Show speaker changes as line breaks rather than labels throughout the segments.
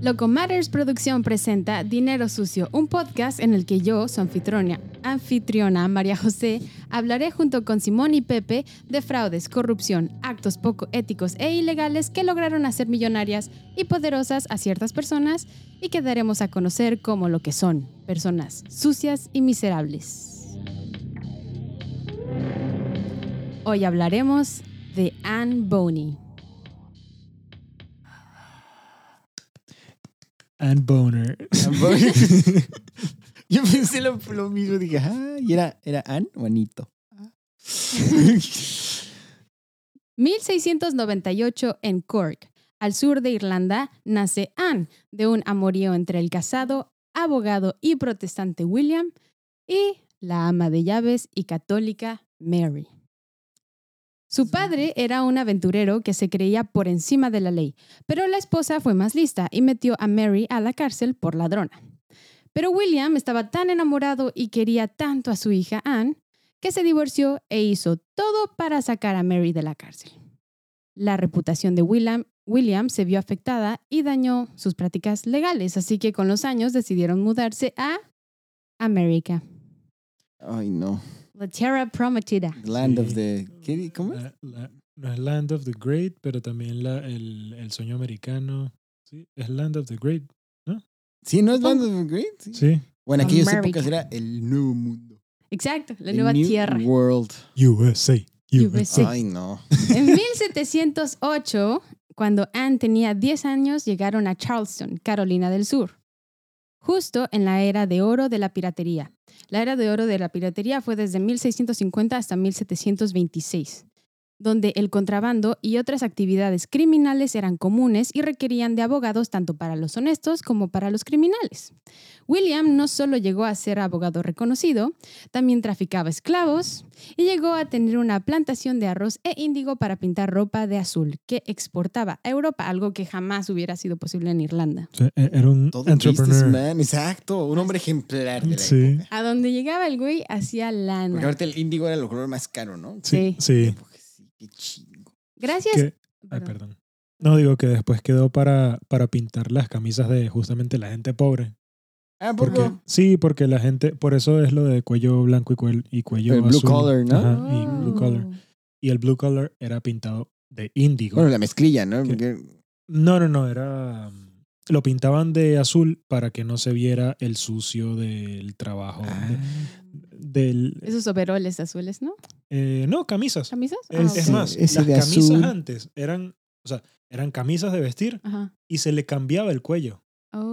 Loco Matters Producción presenta Dinero Sucio, un podcast en el que yo, su anfitriona, anfitriona María José, hablaré junto con Simón y Pepe de fraudes, corrupción, actos poco éticos e ilegales que lograron hacer millonarias y poderosas a ciertas personas y que daremos a conocer como lo que son, personas sucias y miserables. Hoy hablaremos de Anne Boney.
and boner.
Tampoco- Yo pensé lo, lo mismo, dije, ah, y era, era Ann o Anito.
1698 en Cork, al sur de Irlanda, nace Anne, de un amorío entre el casado, abogado y protestante William y la ama de llaves y católica Mary. Su padre era un aventurero que se creía por encima de la ley, pero la esposa fue más lista y metió a Mary a la cárcel por ladrona. Pero William estaba tan enamorado y quería tanto a su hija Anne que se divorció e hizo todo para sacar a Mary de la cárcel. La reputación de William, William se vio afectada y dañó sus prácticas legales, así que con los años decidieron mudarse a América.
Ay, no.
La tierra prometida.
Land of
Sí.
the... ¿qué, di- ¿Cómo es?
La- la- no es Land of the Great, pero también la, el, el sueño americano. Sí, es Land of the Great.
Sí, ¿no es Land of the Great? Sí.
Sí.
Bueno, en aquellas
America.
épocas era el Nuevo Mundo.
Exacto, la
El
nueva
New
tierra.
World.
USA.
USA. Sí.
Ay, no.
En 1708, cuando Anne tenía 10 años, llegaron a Charleston, Carolina del Sur, justo en la era de oro de la piratería. La era de oro de la piratería fue desde 1650 hasta 1726, donde el contrabando y otras actividades criminales eran comunes y requerían de abogados tanto para los honestos como para los criminales. William no solo llegó a ser abogado reconocido, también traficaba esclavos, y llegó a tener una plantación de arroz e índigo para pintar ropa de azul que exportaba a Europa, algo que jamás hubiera sido posible en Irlanda.
O sea, e- era un
Todo un
entrepreneur.
businessman, exacto. Un hombre ejemplar de la
Sí.
época.
A donde llegaba el güey hacía
Porque
lana.
ahorita el índigo era el color más caro, ¿no?
Sí. Sí.
Porque sí, qué chingo.
Gracias.
Que- Ay,
Perdón.
perdón. No, digo que después quedó para, para pintar las camisas de justamente la gente pobre.
Ah, ¿por
Porque,
qué?
sí, porque la gente, por eso es lo de cuello blanco y, cuel- y cuello
El blue
azul.
collar, ¿no?
Ajá, y blue
Oh.
collar. Y el blue collar era pintado de índigo.
Bueno, la mezclilla, ¿no?
¿Qué?
Porque-
No, no, no, era... mm, Lo pintaban de azul para que no se viera el sucio del trabajo.
ah,
de- del,
Esos overoles azules, ¿no?
eh, no, camisas.
¿Camisas? Ah,
Es, es
ok.
más,
ese
las
de
camisas
azul.
antes eran, o sea, eran camisas de vestir
Ajá.
y se le cambiaba el cuello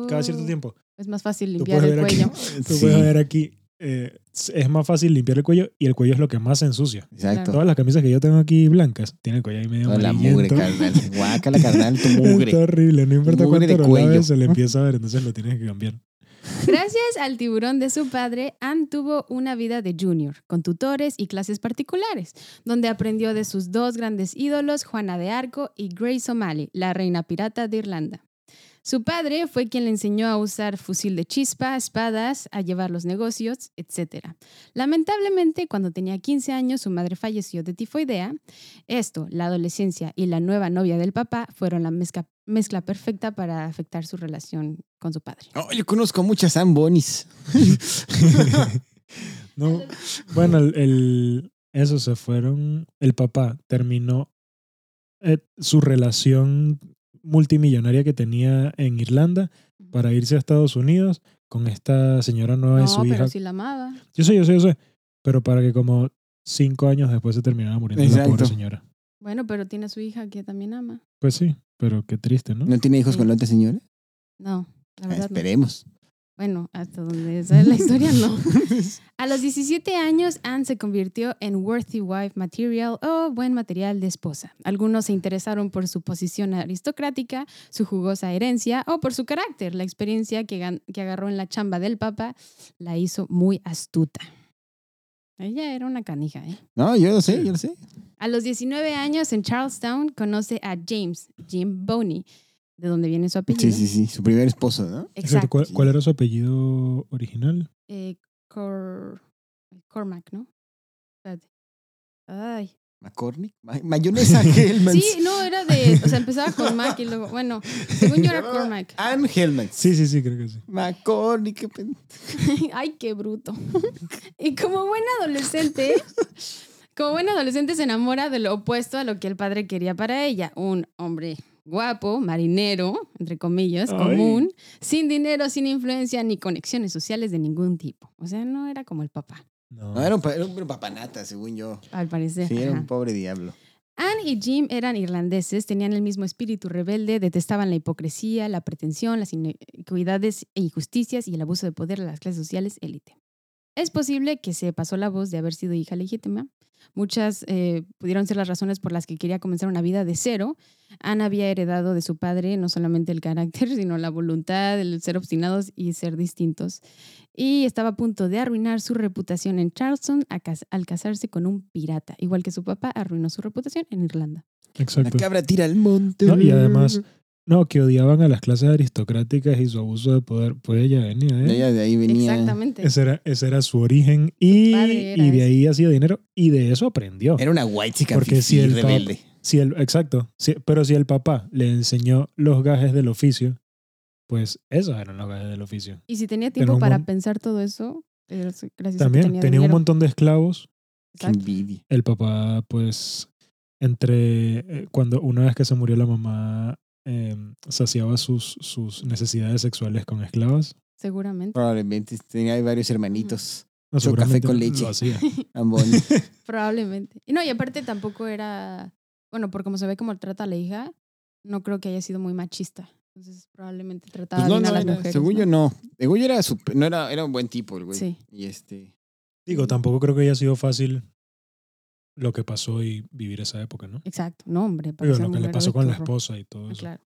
cada cierto
Oh,
tiempo.
Es más fácil
Tú
limpiar
puedes
el
ver aquí.
cuello.
Tú
Sí,
puedes ver aquí, eh, es más fácil limpiar el cuello y el cuello es lo que más se ensucia.
Exacto.
Todas las camisas que yo tengo aquí blancas tienen el cuello ahí medio
Toda la mugre,
amarillento.
carnal. Guácala, carnal, tu
Está
mugre.
horrible, no importa
Mugre de
cuánto lo
cuello.
laves, se le empieza a ver, entonces lo tienes que cambiar.
Gracias al tiburón de su padre, Anne tuvo una vida de junior, con tutores y clases particulares, donde aprendió de sus dos grandes ídolos, Juana de Arco y Grace O'Malley, la reina pirata de Irlanda. Su padre fue quien le enseñó a usar fusil de chispa, espadas, a llevar los negocios, etc. Lamentablemente, cuando tenía 15 años, su madre falleció de tifoidea. Esto, la adolescencia y la nueva novia del papá fueron la mezcla, mezcla perfecta para afectar su relación con su padre.
Oh, yo conozco muchas Ambonis.
No, bueno, el, el- eso se fueron. El papá terminó eh, su relación multimillonaria que tenía en Irlanda para irse a Estados Unidos con esta señora nueva y
No,
su
pero
hija.
si la amaba.
Yo sé, yo sé, yo sé. Pero para que como cinco años después se terminara muriendo la pobre
Exacto.
señora.
Bueno, pero tiene a su hija que también ama.
Pues sí, pero qué triste, ¿no?
¿No tiene hijos con la otra señora?
No, la
Ah,
verdad. no.
esperemos.
Bueno, hasta donde es la historia, no. A los 17 años, Anne se convirtió en Worthy Wife Material o buen material de esposa. Algunos se interesaron por su posición aristocrática, su jugosa herencia o por su carácter. La experiencia que, gan- que agarró en la chamba del papa la hizo muy astuta. Ella era una canija, ¿eh?
No, yo lo sé, yo lo sé.
A los 19 años en Charlestown conoce a James, Jim Boney, de donde viene su apellido.
Sí, sí, sí. Su primer esposo, ¿no?
Exacto,
Exacto.
¿Cuál, cuál era su apellido original?
Eh, Cor- Cormac, ¿no? Espérate. Ay,
McCormick. Ma- Mayonesa Hellman.
Sí, no, era de. O sea, empezaba con Mac y luego. Bueno, según yo era Cormac.
Ann Hellman.
Sí, sí, sí, creo que sí.
McCormick. qué pen-
Ay, qué bruto. y como buen adolescente, como buen adolescente se enamora de lo opuesto a lo que el padre quería para ella, un hombre guapo, marinero, entre comillas,
Ay.
común, sin dinero, sin influencia ni conexiones sociales de ningún tipo. O sea, no era como el papá,
No.
No, era un, pa- era un papanata, según yo.
al parecer.
Sí, era
Ajá.
un pobre diablo.
Anne y Jim eran irlandeses, tenían el mismo espíritu rebelde, detestaban la hipocresía, la pretensión, las inequidades e injusticias y el abuso de poder de las clases sociales élite. Es posible que se pasó la voz de haber sido hija legítima. Muchas eh, pudieron ser las razones por las que quería comenzar una vida de cero. Anne había heredado de su padre no solamente el carácter, sino la voluntad, el ser obstinados y ser distintos. Y estaba a punto de arruinar su reputación en Charleston a cas- al casarse con un pirata, igual que su papá arruinó su reputación en Irlanda.
La
Exacto.
cabra tira al monte.
No, y además, no, que odiaban a las clases aristocráticas y su abuso de poder. Pues ella venía, ¿eh?
Ella de ahí venía.
Exactamente.
Ese era, ese era su origen y,
padre era
y
ese.
de ahí hacía dinero y de eso aprendió.
Era una white chica
Porque
fifí
si el pap-
rebelde.
Si el, exacto, si- pero si el papá le enseñó los gajes del oficio, pues esos eran los gajes del oficio.
Y si tenía
Tenía
tiempo
un
para
mon-
pensar todo eso, era su- gracias a que
También
tenía,
tenía, un
dinero.
montón de esclavos.
Qué
Exacto.
envidia.
El papá, pues, entre eh, cuando una vez que se murió la mamá, eh, saciaba sus, sus necesidades sexuales con esclavas.
Seguramente.
Probablemente tenía varios hermanitos.
No,
Yo café
seguramente
con leche.
Lo hacía.
Ambón.
Probablemente. Y no, y aparte tampoco era, bueno, por como se ve cómo trata a la hija, no creo que haya sido muy machista. Entonces probablemente trataba
Pues no,
bien a
no,
las
era-
mujeres.
según
¿no?
yo no. Según yo era, sup- no era, era un buen tipo el güey.
Sí.
Y este...
Digo, tampoco creo que haya sido fácil lo que pasó y vivir esa época, ¿no?
Exacto, no, hombre. para
Digo,
ser
lo que le
mujer,
pasó
ay,
con
qué
la
horror.
esposa y todo
Ah,
eso.
Claro.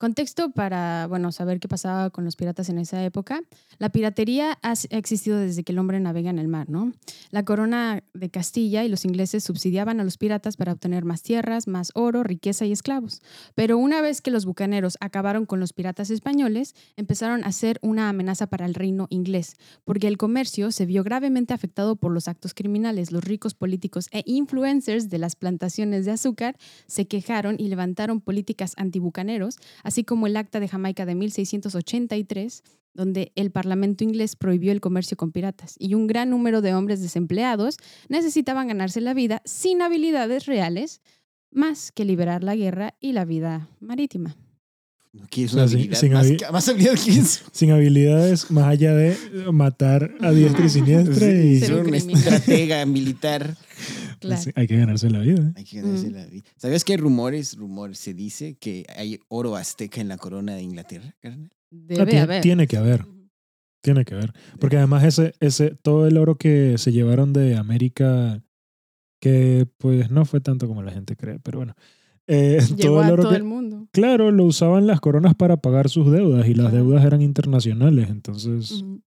Contexto para, bueno, saber qué pasaba con los piratas en esa época. La piratería ha s- ha existido desde que el hombre navega en el mar, ¿no? La corona de Castilla y los ingleses subsidiaban a los piratas para obtener más tierras, más oro, riqueza y esclavos. Pero una vez que los bucaneros acabaron con los piratas españoles, empezaron a ser una amenaza para el reino inglés, porque el comercio se vio gravemente afectado por los actos criminales. Los ricos políticos e influencers de las plantaciones de azúcar se quejaron y levantaron políticas antibucaneros, así como el Acta de Jamaica de 1683, donde el Parlamento inglés prohibió el comercio con piratas y un gran número de hombres desempleados necesitaban ganarse la vida sin habilidades reales, más que liberar la guerra y la vida marítima.
No quieres
O
una
sea, sin-
habilidad
sin
más,
habi-
que- más habilidad que eso.
Sin habilidades, más allá de matar a diestra y siniestra. y-
Ser
Ser un
un
criminal.
estratega militar.
Claro.
Hay que ganarse la vida. ¿eh?
Hay que ganarse
Mm.
la vida. ¿Sabías que hay rumores, rumores? Se dice que hay oro azteca en la corona de Inglaterra, carnal.
Debe
tiene,
haber.
tiene que haber, tiene que haber. Porque además ese, ese, todo el oro que se llevaron de América, que pues no fue tanto como la gente cree, pero bueno. Eh,
Llegó
todo el
a
oro
todo
que-
el mundo.
Claro, lo usaban las coronas para pagar sus deudas y las
Claro.
deudas eran internacionales, entonces...
Ujú.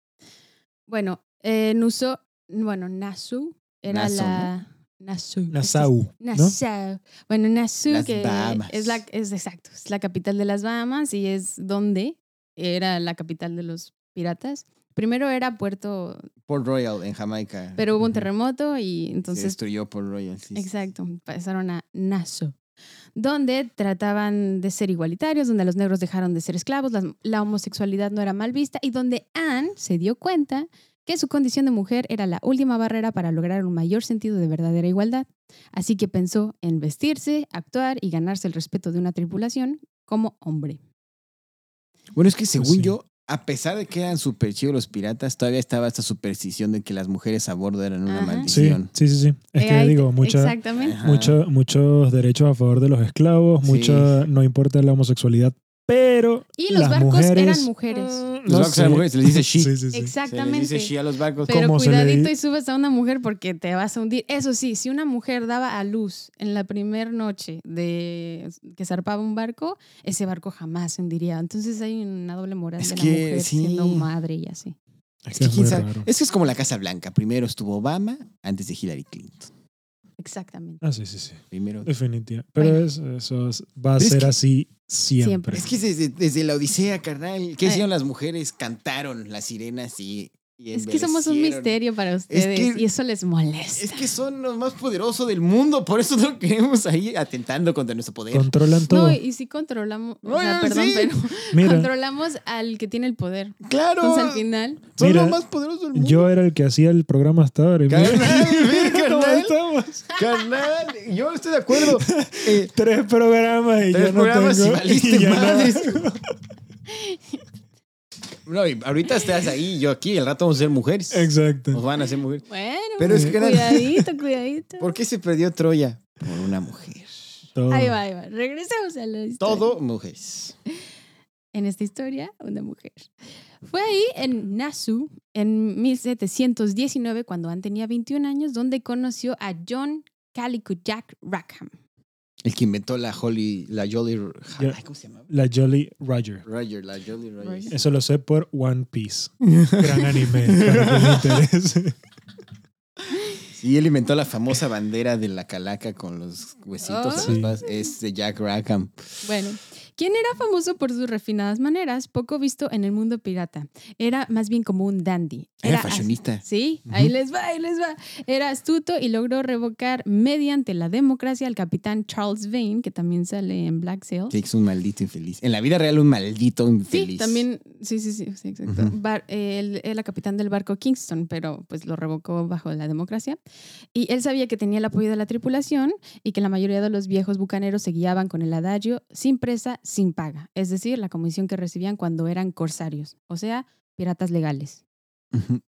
Bueno, eh, Nuso, bueno, Nassau era
Nassau,
la... Nassau.
Nassau, ¿no?
Nassau. Bueno, Nassau,
Las
que
Bahamas.
es la es exacto, es la capital de las Bahamas y es donde era la capital de los piratas. Primero era Puerto,
Port Royal en Jamaica.
pero hubo un
Ujú.
terremoto y
se
entonces
destruyó Port Royal. sí, sí, sí.
Exacto, pasaron a Nassau, donde trataban de ser igualitarios, donde los negros dejaron de ser esclavos, las- la, homosexualidad no era mal vista y donde Anne se dio cuenta que su condición de mujer era la última barrera para lograr un mayor sentido de verdadera igualdad. Así que pensó en vestirse, actuar y ganarse el respeto de una tripulación como hombre.
Bueno, es que según
Pues sí.
yo, a pesar de que eran súper chidos los piratas, todavía estaba esta superstición de que las mujeres a bordo eran una
Ajá.
Sí,
maldición.
sí, sí, sí. Es
Eh,
que
ahí te-
digo, mucha,
Exactamente.
Ajá.
mucho- muchos derechos a favor de los esclavos,
Sí.
mucha, no importa la homosexualidad, pero...
Y los
las
barcos eran
mujeres-
mujeres.
Mm,
Los barcos eran
sé.
mujeres, se les dice she.
Sí, sí, sí.
Exactamente.
Se les dice she a los barcos.
Pero
¿Cómo se le
cuidadito
di-
y subes a una mujer porque te vas a hundir. Eso sí, si una mujer daba a luz en la primera noche de que zarpaba un barco, ese barco jamás se hundiría. Entonces hay una doble moral
Es
de
que
la mujer
sí.
siendo madre y así.
Es
Es
que
que,
es muy
quién sabe.
raro.
Es que es como la Casa Blanca. Primero estuvo Obama, antes de Hillary Clinton.
Exactamente.
Ah, sí, sí, sí.
Primero.
Definitiva. Pero
Bueno.
es- eso es- va a
Pero es
ser
que-
así siempre.
Siempre.
Es que desde, desde la Odisea, carnal, ¿qué
Eh.
hicieron las mujeres? Cantaron las sirenas y y
Es que somos un
embellecieron.
misterio para ustedes
que-
y eso les molesta.
Es que son los más poderosos del mundo, por eso no queremos ahí atentando contra nuestro poder.
Controlan todo.
No, y si controlamos, o sea,
Bueno,
perdón,
sí.
pero
Mira,
controlamos al que tiene el poder.
Claro,
Entonces al final,
son
Mira,
los más poderosos del mundo.
yo era el que hacía el programa hasta ahora. y mira
Carnal, mira,
¿Cómo
carnal,
estamos?
carnal, yo estoy de acuerdo. Eh,
Tres programas y
Tres
ya no
programas y
tengo.
valiste
ya
madres.
no.
no, y ahorita estás ahí, yo aquí, el rato vamos a ser mujeres. Nos
Exacto.
van a ser mujeres.
bueno,
Pero es que era-
cuidadito, cuidadito.
¿Por qué se perdió Troya? Por una mujer.
Todo.
Ahí va, ahí va. Regresemos a la historia.
Todo mujeres.
en esta historia una mujer. Fue ahí en Nassau, en 1719, cuando Anne tenía 21 años, donde conoció a John Calico Jack Rackham.
El que inventó la Holly, la Jolly.
Ya.
Ay, ¿Cómo se llamaba?
La Jolly Roger.
Roger, la Jolly Roger.
Roger.
Eso lo sé por One Piece. Gran anime. Para que le interese.
Sí, él inventó la famosa bandera de la calaca con los huesitos.
Ah.
en las bases. Es de Jack Rackham.
Bueno, quien era famoso por sus refinadas maneras, poco visto en el mundo pirata. Era más bien como un dandy.
Era
as-
fashionista.
Sí, ahí les va, ahí les va. Era astuto y logró revocar mediante la democracia al capitán Charles Vane, que también sale en Black Sail.
Jake es un maldito infeliz. En la vida real, un maldito
Sí,
infeliz.
también, sí, sí, sí, sí, exacto.
Ujú.
Bar- eh, él era capitán del barco Kingston, pero pues lo revocó bajo la democracia. Y él sabía que tenía el apoyo de la tripulación y que la mayoría de los viejos bucaneros se guiaban con el adagio sin presa, sin paga, es decir, la comisión que recibían cuando eran corsarios, o sea, piratas legales.
Ujú.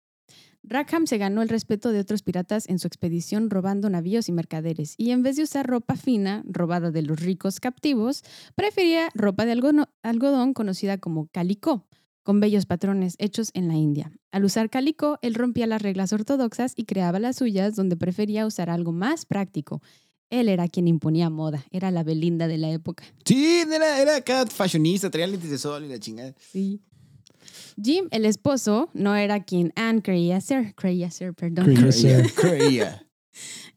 Rackham se ganó el respeto de otros piratas en su expedición robando navíos y mercaderes, y en vez de usar ropa fina, robada de los ricos captivos, prefería ropa de algono- algodón conocida como calicó, con bellos patrones hechos en la India. Al usar calicó, él rompía las reglas ortodoxas y creaba las suyas donde prefería usar algo más práctico. Él era quien imponía moda, era la Belinda de la época.
Sí, era, era acá fashionista, traía lentes de sol y la chingada.
Sí. Jim, el esposo, no era quien Anne creía ser, creía ser, perdón.
Creía ser.
Creía, creía.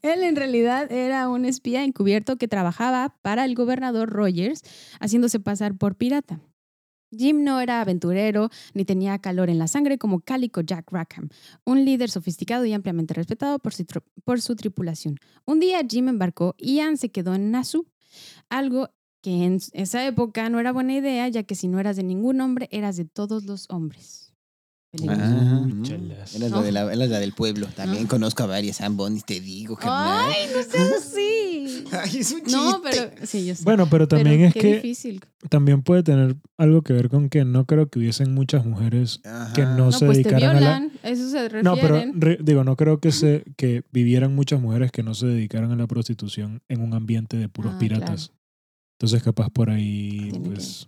Él en realidad era un espía encubierto que trabajaba para el gobernador Rogers, haciéndose pasar por pirata. Jim no era aventurero ni tenía calor en la sangre como Calico Jack Rackham, un líder sofisticado y ampliamente respetado por su, tru- por su tripulación. Un día Jim embarcó y Anne se quedó en Nassau, algo que en esa época no era buena idea, ya que si no eras de ningún hombre, eras de todos los hombres. Peligroso.
Ah,
Uy,
mm.
chalas.
Era la, de la, era la del pueblo. También
No.
conozco a varias Ambon y te digo, carnal.
Ah. ¡Ay, no seas así!
Ay, es un chiste.
No, pero sí, yo sé.
Bueno, pero
Pero
también
qué
es que
difícil.
también puede tener algo que ver con que no creo que hubiesen muchas mujeres.
Ajá.
que no
No,
se
pues te
dedicaran a la-
violan, a eso se refieren.
No, pero re- digo, no creo que se que vivieran muchas mujeres que no se dedicaran a la prostitución en un ambiente de puros
Ah,
piratas. Entonces, capaz por ahí,
Tiene que-
pues.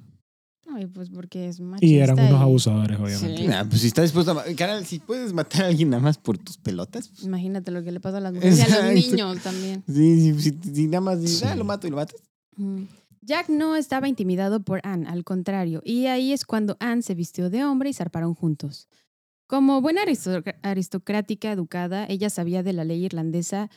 Ay, pues porque es machista.
Y eran unos
y-
abusadores, obviamente.
Nah, pues si estás dispuesto a. ma- Carnal, si puedes matar a alguien nada más por tus pelotas. pues,
Imagínate lo que le pasa a las mujeres y a los
Exacto.
niños también.
Sí, sí, sí, sí, nada más dices,
Sí.
ah, lo mato y lo matas.
Mm. Jack no estaba intimidado por Anne, al contrario, y ahí es cuando Anne se vistió de hombre y zarparon juntos. Como buena aristoc- aristocrática educada, ella sabía de la ley irlandesa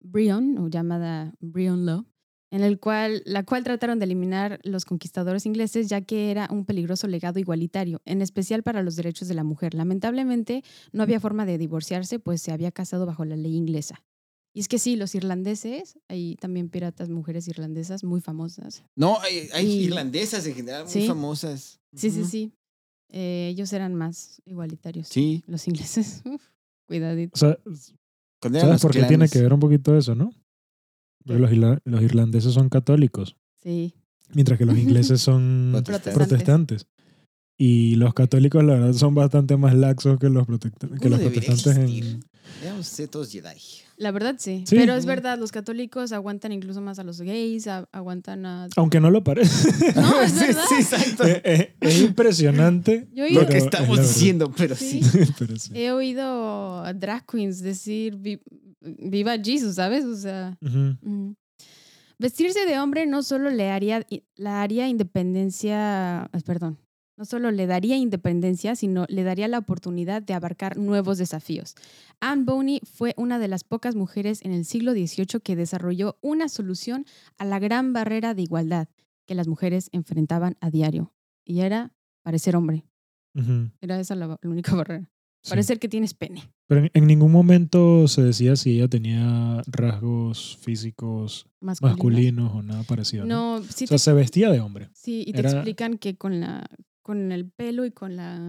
Brion, o llamada Brion Law, en el cual, la cual trataron de eliminar los conquistadores ingleses ya que era un peligroso legado igualitario, en especial para los derechos de la mujer. Lamentablemente, no había forma de divorciarse, pues se había casado bajo la ley inglesa. Y es que sí, los irlandeses, hay también piratas mujeres irlandesas muy famosas.
No, hay, hay
Y-
irlandesas en general muy
Sí.
famosas.
Sí, sí,
Ujú.
sí. Eh, ellos eran más igualitarios.
Sí,
Los ingleses. Uf, cuidadito.
O sea,
cuando eran
¿sabes
los
por qué tiene
clanes.
que ver un poquito eso, no? Porque los, irla- los irlandeses son católicos,
Sí.
mientras que los ingleses son
Protestantes.
protestantes. Y los católicos, la verdad, son bastante más laxos que los, protect- que
Uno
los
debería
protestantes en,
existir. Éramos ser todos Jedi.
La verdad, sí.
Sí.
Pero es
Ujú.
verdad, los católicos aguantan incluso más a los gays, a- aguantan a...
Aunque no lo parece.
No, es verdad.
sí, exacto.
Eh, eh, es impresionante
Yo he oído,
lo
pero
que
es la
estamos
verdad.
diciendo, pero sí.
Sí.
Pero sí.
he oído a drag queens decir "Vi- viva Jesus, ¿sabes? O sea...
Ujú.
Mm. Vestirse de hombre no solo le haría, i- la haría independencia, ay, perdón, no solo le daría independencia, sino le daría la oportunidad de abarcar nuevos desafíos. Anne Boney fue una de las pocas mujeres en el siglo XVIII que desarrolló una solución a la gran barrera de igualdad que las mujeres enfrentaban a diario. Y era parecer hombre.
Ujú.
Era esa la, ba- la única barrera.
Sí.
Parece el que tienes pene.
Pero en, en ningún momento se decía si ella tenía rasgos físicos
Masculino.
masculinos o nada parecido. ¿no?
No, sí,
o sea,
te,
se vestía de hombre.
sí, y te
era-
explican que con, la, con el pelo y con la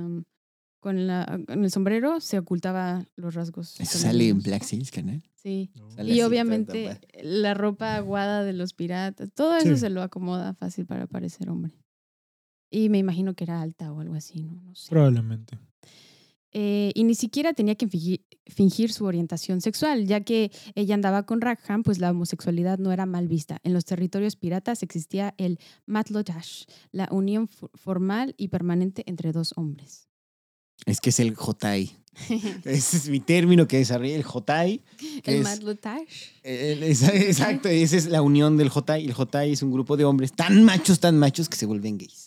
con la con el sombrero se ocultaba los rasgos.
Eso sale en
femeninos.
Black Sails, carnal.
Sí.
Sale así,
Y
tan
obviamente
tapado.
la ropa aguada de los piratas, todo eso
Sí.
se lo acomoda fácil para parecer hombre. Y me imagino que era alta o algo así, no, no sé.
Probablemente.
Eh, y ni siquiera tenía que fingi- fingir, su orientación sexual, ya que ella andaba con Rackham, pues la homosexualidad no era mal vista. En los territorios piratas existía el matlotash, la unión fo- formal y permanente entre dos hombres.
Es que es el Jotai. Ese es mi término que desarrolla el Jotai.
¿El
es-
matlotash?
El- es- exacto, esa es la unión del Jotai. El Jotai es un grupo de hombres tan machos, tan machos que se vuelven gays.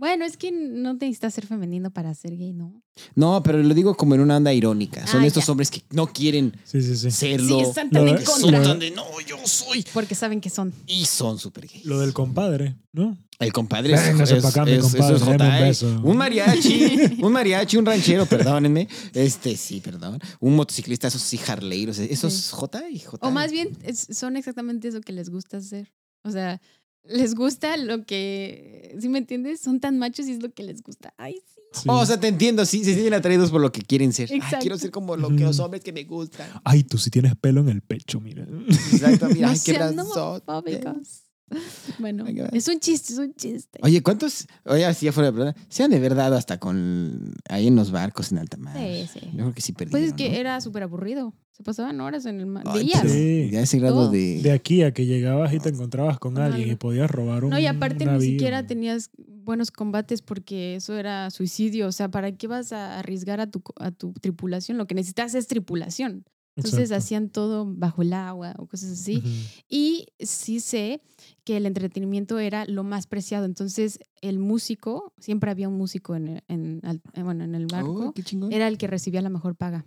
Bueno, es que no necesitas ser femenino para ser gay, ¿no?
No, pero lo digo como en una onda irónica. Son
Ah,
estos
ya.
hombres que no quieren
Sí, sí, sí.
serlo.
Sí, están
tan en
que
contra.
son tan de, no, yo soy.
Porque saben que son.
Y son super gays.
Lo del compadre, ¿no?
El compadre es,
Véngase
es-
pa' acá, mi
es-
compadre,
eso es
deme un
Jotai.
beso.
Un mariachi, un mariachi, un ranchero, perdónenme. Este, sí, perdón. Un motociclista, esos sí, harleiros. Esos
Sí.
Jotai, Jotai.
O más bien, es- son exactamente eso que les gusta hacer. O sea, les gusta lo que. ¿Sí me entiendes? Son tan machos y es lo que les gusta. Ay, sí.
Sí.
Oh, o sea, te entiendo, sí, se sienten atraídos por lo que quieren ser. Ay,
Exacto.
quiero ser como lo que los
Mm.
hombres que me gustan.
Ay, tú sí tienes pelo en el pecho, mira.
Exacto, mira,
no
ay, qué
sean
brazote.
homofóbicos. Bueno,
Ay, gracias.
es un chiste, es un chiste.
Oye, ¿cuántos? Oye, así ya fuera de verdad. Sean de verdad hasta con. ahí en los barcos en alta mar.
Sí, sí.
Yo creo que sí perdieron.
Pues es que
¿no?
era súper aburrido. Se pasaban horas en el mar.
Ay,
Días.
pero
Sí.
Ya ese grado
Todo.
de.
De aquí a que llegabas y te encontrabas con
Con
alguien y
algo.
podías robar un
No, y aparte ni
navío.
siquiera tenías buenos combates porque eso era suicidio. O sea, ¿para qué vas a arriesgar a tu, co- a tu tripulación? Lo que necesitas es tripulación. Entonces
Exacto.
hacían todo bajo el agua o cosas así.
Ujú.
Y sí sé que el entretenimiento era lo más preciado. Entonces, el músico, siempre había un músico en el, en, al- eh, bueno, en el
Oh,
barco,
qué chingón.
era el que recibía la mejor paga.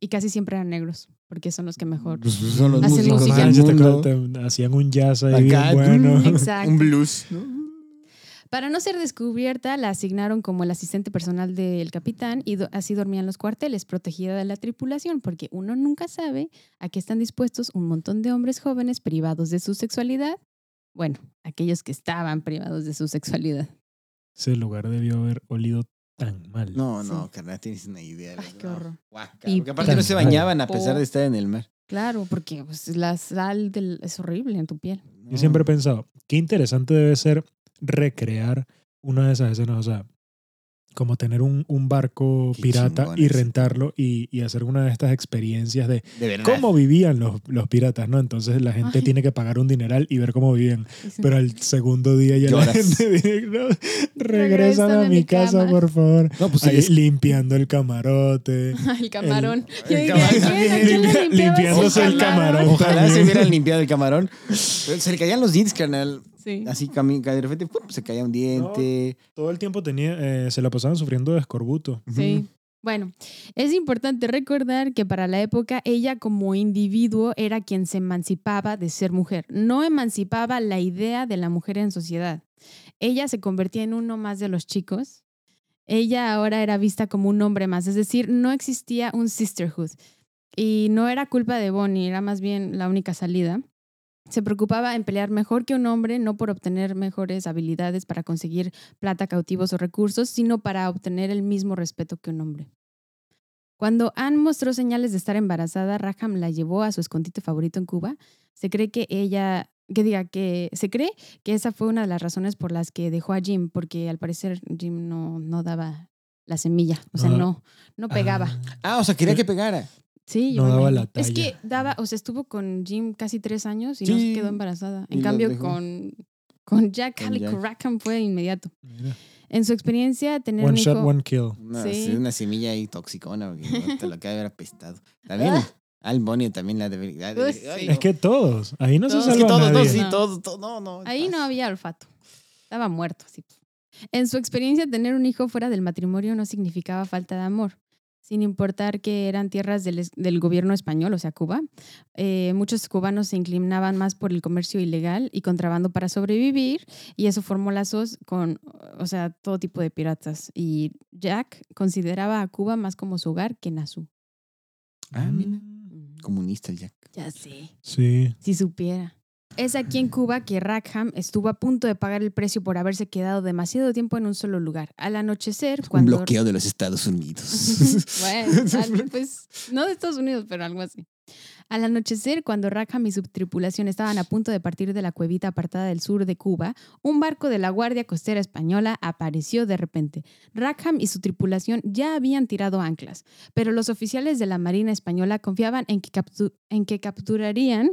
Y casi siempre eran negros, porque son los que mejor.
Pues, pues, son los
Hacen
músicos
música.
del
Manches, te
mundo.
acuerdas, este te- hacían un jazz ahí bien
Acá,
bueno.
mm,
Exacto.
Un blues, ¿no?
Para no ser descubierta, la asignaron como el asistente personal del capitán y do- así dormían los cuarteles, protegida de la tripulación, porque uno nunca sabe a qué están dispuestos un montón de hombres jóvenes privados de su sexualidad. Bueno, aquellos que estaban privados de su sexualidad.
Ese lugar debió haber olido tan mal.
No,
Sí.
no, carnal, tienes una idea.
Ay,
¿no?
qué horror.
Guácala,
Y
Porque aparte no se
Tan mal.
bañaban a pesar de estar en el mar.
Claro, porque pues, la sal del- es horrible en tu piel.
Yo siempre he
No.
pensado, qué interesante debe ser recrear una de esas escenas, o sea, como tener un, un barco
Qué
pirata
chingón
y
ese
rentarlo y, y hacer una de estas experiencias de
De verdad.
cómo vivían los, los piratas, ¿no? Entonces la gente
Ay.
tiene que pagar un dineral y ver cómo vivían.
Dicen,
Pero al segundo día ya la
Lloras.
gente dice, "No, regresan a
a mi
mi casa,
cama".
por favor.
No, pues
Ahí
es-
limpiando el camarote.
el camarón.
El
Yo dije, ¿a quién-
camarón
a
también.
quién le
Limpia-
limpiabas
limpiándose el camarón.
Ojalá
También.
se hubieran limpiado el camarón. Se le caían los dientes, carnal.
Sí.
Así cami- de repente ¡pum! se caía un diente.
Todo el tiempo tenía, eh, se la pasaban sufriendo de escorbuto.
Sí. Bueno, es importante recordar que para la época ella como individuo era quien se emancipaba de ser mujer, no emancipaba la idea de la mujer en sociedad. Ella se convertía en uno más de los chicos. Ella ahora era vista como un hombre más, es decir, no existía un sisterhood. Y no era culpa de Bonnie, era más bien la única salida. Se preocupaba en pelear mejor que un hombre, no por obtener mejores habilidades para conseguir plata, cautivos o recursos, sino para obtener el mismo respeto que un hombre. Cuando Anne mostró señales de estar embarazada, Raham la llevó a su escondite favorito en Cuba. Se cree que ella, que diga que se cree que esa fue una de las razones por las que dejó a Jim, porque al parecer Jim no, no daba la semilla, o sea,
Ah.
no, no pegaba.
Ah,
Ah, o sea, quería que pegara.
Sí, yo
No
me
daba
imagino.
la
Es que
talla.
daba, o sea, estuvo con Jim casi tres años y no
Sí.
se quedó embarazada. En
Y la
cambio,
dejó.
con, con Jack
Con
Calico
Jack.
Rackham fue inmediato.
mira.
En su experiencia, tener
One
un hijo.
shot, one kill.
Una,
Sí.
sí, una semilla ahí toxicona. porque Te lo que haber apestado. También. Al Bonnie también la debería.
Uy, Ah. Pues sí.
Es que todos, ahí no
Todos.
se
Es
salva
que todos,
nadie. Ah,
no, sí,
No.
todos, todos, no, no.
Ahí no había olfato. Estaba muerto. Así. En su experiencia, tener un hijo fuera del matrimonio no significaba falta de amor. sin importar que eran tierras del, es- del gobierno español, o sea, Cuba. Eh, muchos cubanos se inclinaban más por el comercio ilegal y contrabando para sobrevivir, y eso formó lazos con, o sea, todo tipo de piratas. Y Jack consideraba a Cuba más como su hogar que Nassau.
Ah, mira.
Mm.
Comunista el Jack.
Ya sé.
Sí.
Si supiera. Es aquí en Cuba que Rackham estuvo a punto de pagar el precio por haberse quedado demasiado tiempo en un solo lugar. Al anochecer,
Un
cuando...
bloqueo de los Estados Unidos.
bueno, al- pues no de Estados Unidos, pero algo así. Al anochecer, cuando Rackham y su tripulación estaban a punto de partir de la cuevita apartada del sur de Cuba, un barco de la Guardia Costera Española apareció de repente. Rackham y su tripulación ya habían tirado anclas, pero los oficiales de la Marina Española confiaban en que, captu- en que capturarían,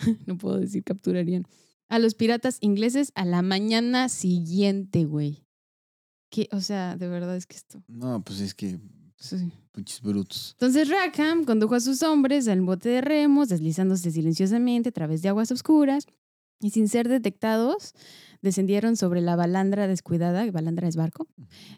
no puedo decir capturarían, a los piratas ingleses a la mañana siguiente, güey. Que, o sea, de verdad es que esto.
No, pues es que
sí.
pinches brutos.
Entonces Rackham condujo a sus hombres al bote de remos, deslizándose silenciosamente a través de aguas oscuras y sin ser detectados, descendieron sobre la balandra descuidada, balandra es barco,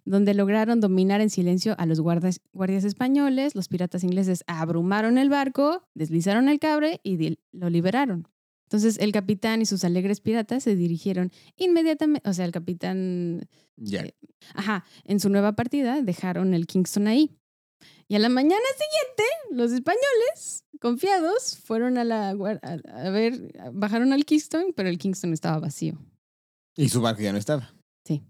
donde lograron dominar en silencio a los guardas- guardias españoles, los piratas ingleses abrumaron el barco, deslizaron el cable y di- lo liberaron. Entonces el capitán y sus alegres piratas se dirigieron inmediatamente, o sea, el capitán
Jack.
Ajá, en su nueva partida dejaron el Kingston ahí. Y a la mañana siguiente, los españoles, confiados, fueron a la guar- a, a ver, bajaron al Kingston, pero el Kingston estaba vacío.
Y su barco ya no estaba.
Sí.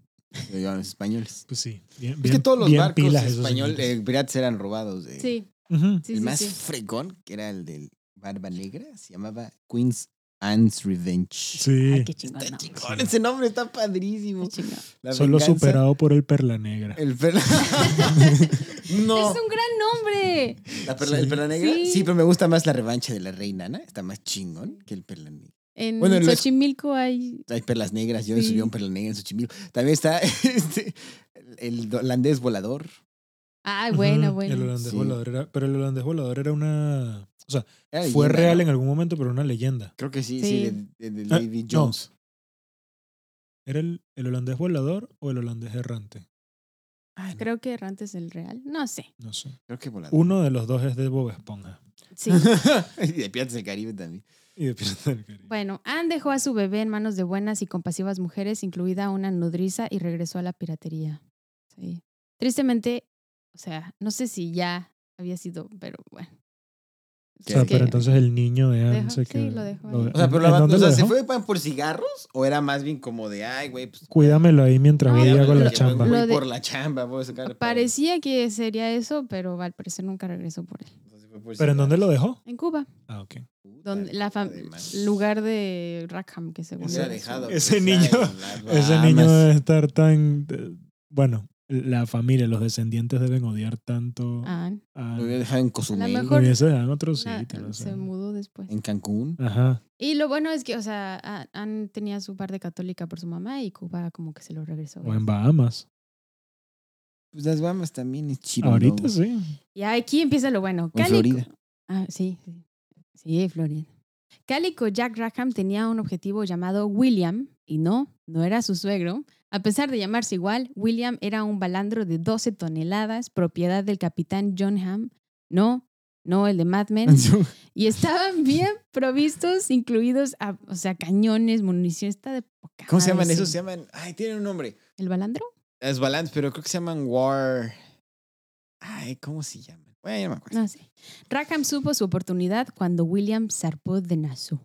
Lo llevaban los españoles.
Pues sí. Bien,
es que
bien-
todos los
bien
barcos
pilas esos
españoles,
ingleses.
eh, piratas eran robados. eh.
Ujú.
sí,
el
sí,
más
sí.
fregón, que era el del Barba Negra, se llamaba Queen's Anne's Revenge.
Ay,
Sí.
qué chingón,
Está
Ah, no.
chingón, ese nombre está padrísimo.
Qué chingón.
La
Solo
venganza-
superado por el Perla Negra.
El perla. no.
Es un gran nombre.
¿La perla,
Sí.
¿El perla negra?
Sí.
Sí. pero me gusta más la revancha de la reina, Ana. Está más chingón que el perla negra.
En
Bueno, en los-
Xochimilco hay...
Hay perlas negras. Yo
Sí.
subí un perla negra en Xochimilco. También está este, el holandés volador.
Ay, ah, bueno,
Ujú. El
bueno.
holandés
Sí.
volador era, pero el holandés volador era una. O sea,
Era leyenda,
fue real
¿no?
en algún momento, pero una leyenda.
Creo que sí,
Sí.
sí, de, de- de
Ah,
Davy
no.
Jones.
¿Era el, el holandés volador o el holandés errante?
Creo que Errante es el real. No sé.
No sé.
Creo que volador.
Uno de los dos es de Bob Esponja.
Sí.
y de Piratas del Caribe también.
Y de Piratas del Caribe.
Bueno, Anne dejó a su bebé en manos de buenas y compasivas mujeres, incluida una nodriza, y regresó a la piratería. Sí. Tristemente, o sea, no sé si ya había sido, pero bueno.
O
O
sea,
sea,
pero
que-
entonces el niño de Anne
Dejó-
se
sí,
quedó-
lo dejó ahí.
O sea,
¿en-
pero
en
la,
dónde
o
lo
sea, ¿se
dejó?
fue pan por cigarros o era más bien como de, ay, güey, pues.
Cuídamelo ahí mientras
No,
voy y
pero
hago
lo
la
que voy-
chamba.
Lo
Voy
de-
por la chamba, voy a sacar. el padre.
Parecía que sería eso, pero al parecer nunca regresó por él.
Entonces fue por
¿Pero en dónde lo
cigarros.
dejó?
En Cuba,
Ah, ok.
Puta,
donde la fam-
además.
lugar de Rackham, que según
Hubiera
era su-
dejado,
Ese
pues,
niño-
ya en las
Ese
Bahamas.
niño debe estar tan... eh, Bueno, la familia, los descendientes deben odiar tanto
Ah, na-
a...
Lo hubiera dejado en
A
Cozumel,
lo mejor-
Hubiese dejado en otro sitio, no sé.
se mudó después.
en Cancún.
Ajá.
Y lo bueno es que, o sea, a- Anne tenía su par de católica por su mamá y Cuba como que se lo regresó.
O en Bahamas.
Pues las Bahamas también es chido.
Ahorita sí.
Y aquí empieza lo bueno.
En
Cali-
Florida.
Ah, sí, sí. Sí, Florida. Cálico Jack Rackham tenía un objetivo llamado William, y no, no era su suegro. A pesar de llamarse igual, William era un balandro de 12 toneladas, propiedad del capitán John Hamm. No, no el de Mad Men. Y estaban bien provistos, incluidos, a- o sea, cañones, municiones. Está de poca
¿Cómo
madre
se llaman
eso.
esos? Se llaman. Ay, tienen un nombre.
¿El balandro?
Es Balance, pero creo que se llaman War. Ay, ¿cómo se llaman? Bueno, ya no me acuerdo.
No sé. Rackham supo su oportunidad cuando William zarpó de Nassau.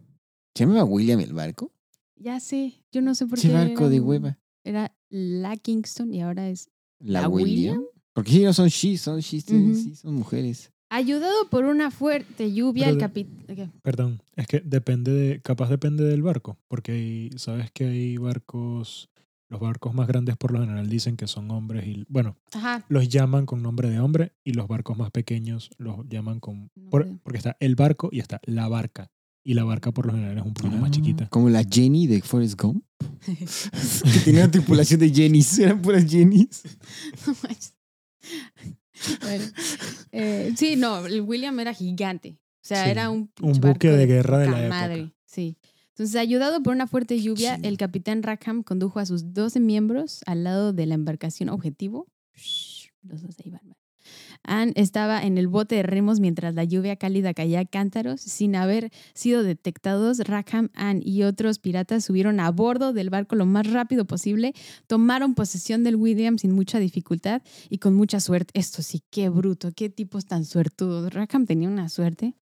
¿Se llamaba William el barco?
Ya sé, yo no sé por qué.
Che barco de
eran-
hueva.
Era la Kingston y ahora es
¿La,
¿La
William? Porque ellos son she, son she, sí,
Ujú.
sí, son mujeres.
Ayudado por una fuerte lluvia,
Pero
el
de-
capitán.
Perdón, es que depende de, capaz depende del barco, porque hay, sabes que hay barcos, los barcos más grandes por lo general dicen que son hombres y, bueno,
Ajá.
los llaman con nombre de hombre y los barcos más pequeños los llaman con, por-
Nombre.
porque está el barco y está la barca, y la barca por lo general es un poquito
Ah.
más chiquita.
Como la Jenny de Forrest Gump. que tenía una tripulación de Jennys, eran puras Jennys.
No manches. Bueno, eh, sí, no, el William era gigante. O sea,
Sí,
era un,
un
pinche
buque
barco
de guerra de
poca
la época.
Sí. Entonces, ayudado por una fuerte lluvia,
chido.
el capitán Rackham condujo a sus 12 miembros al lado de la embarcación objetivo. Shh, Los dos ahí van. Anne estaba en el bote de remos mientras la lluvia cálida caía a cántaros. Sin haber sido detectados, Rackham, Anne y otros piratas subieron a bordo del barco lo más rápido posible, tomaron posesión del William sin mucha dificultad y con mucha suerte. Esto sí, qué bruto, qué tipos tan suertudos. Rackham tenía una suerte.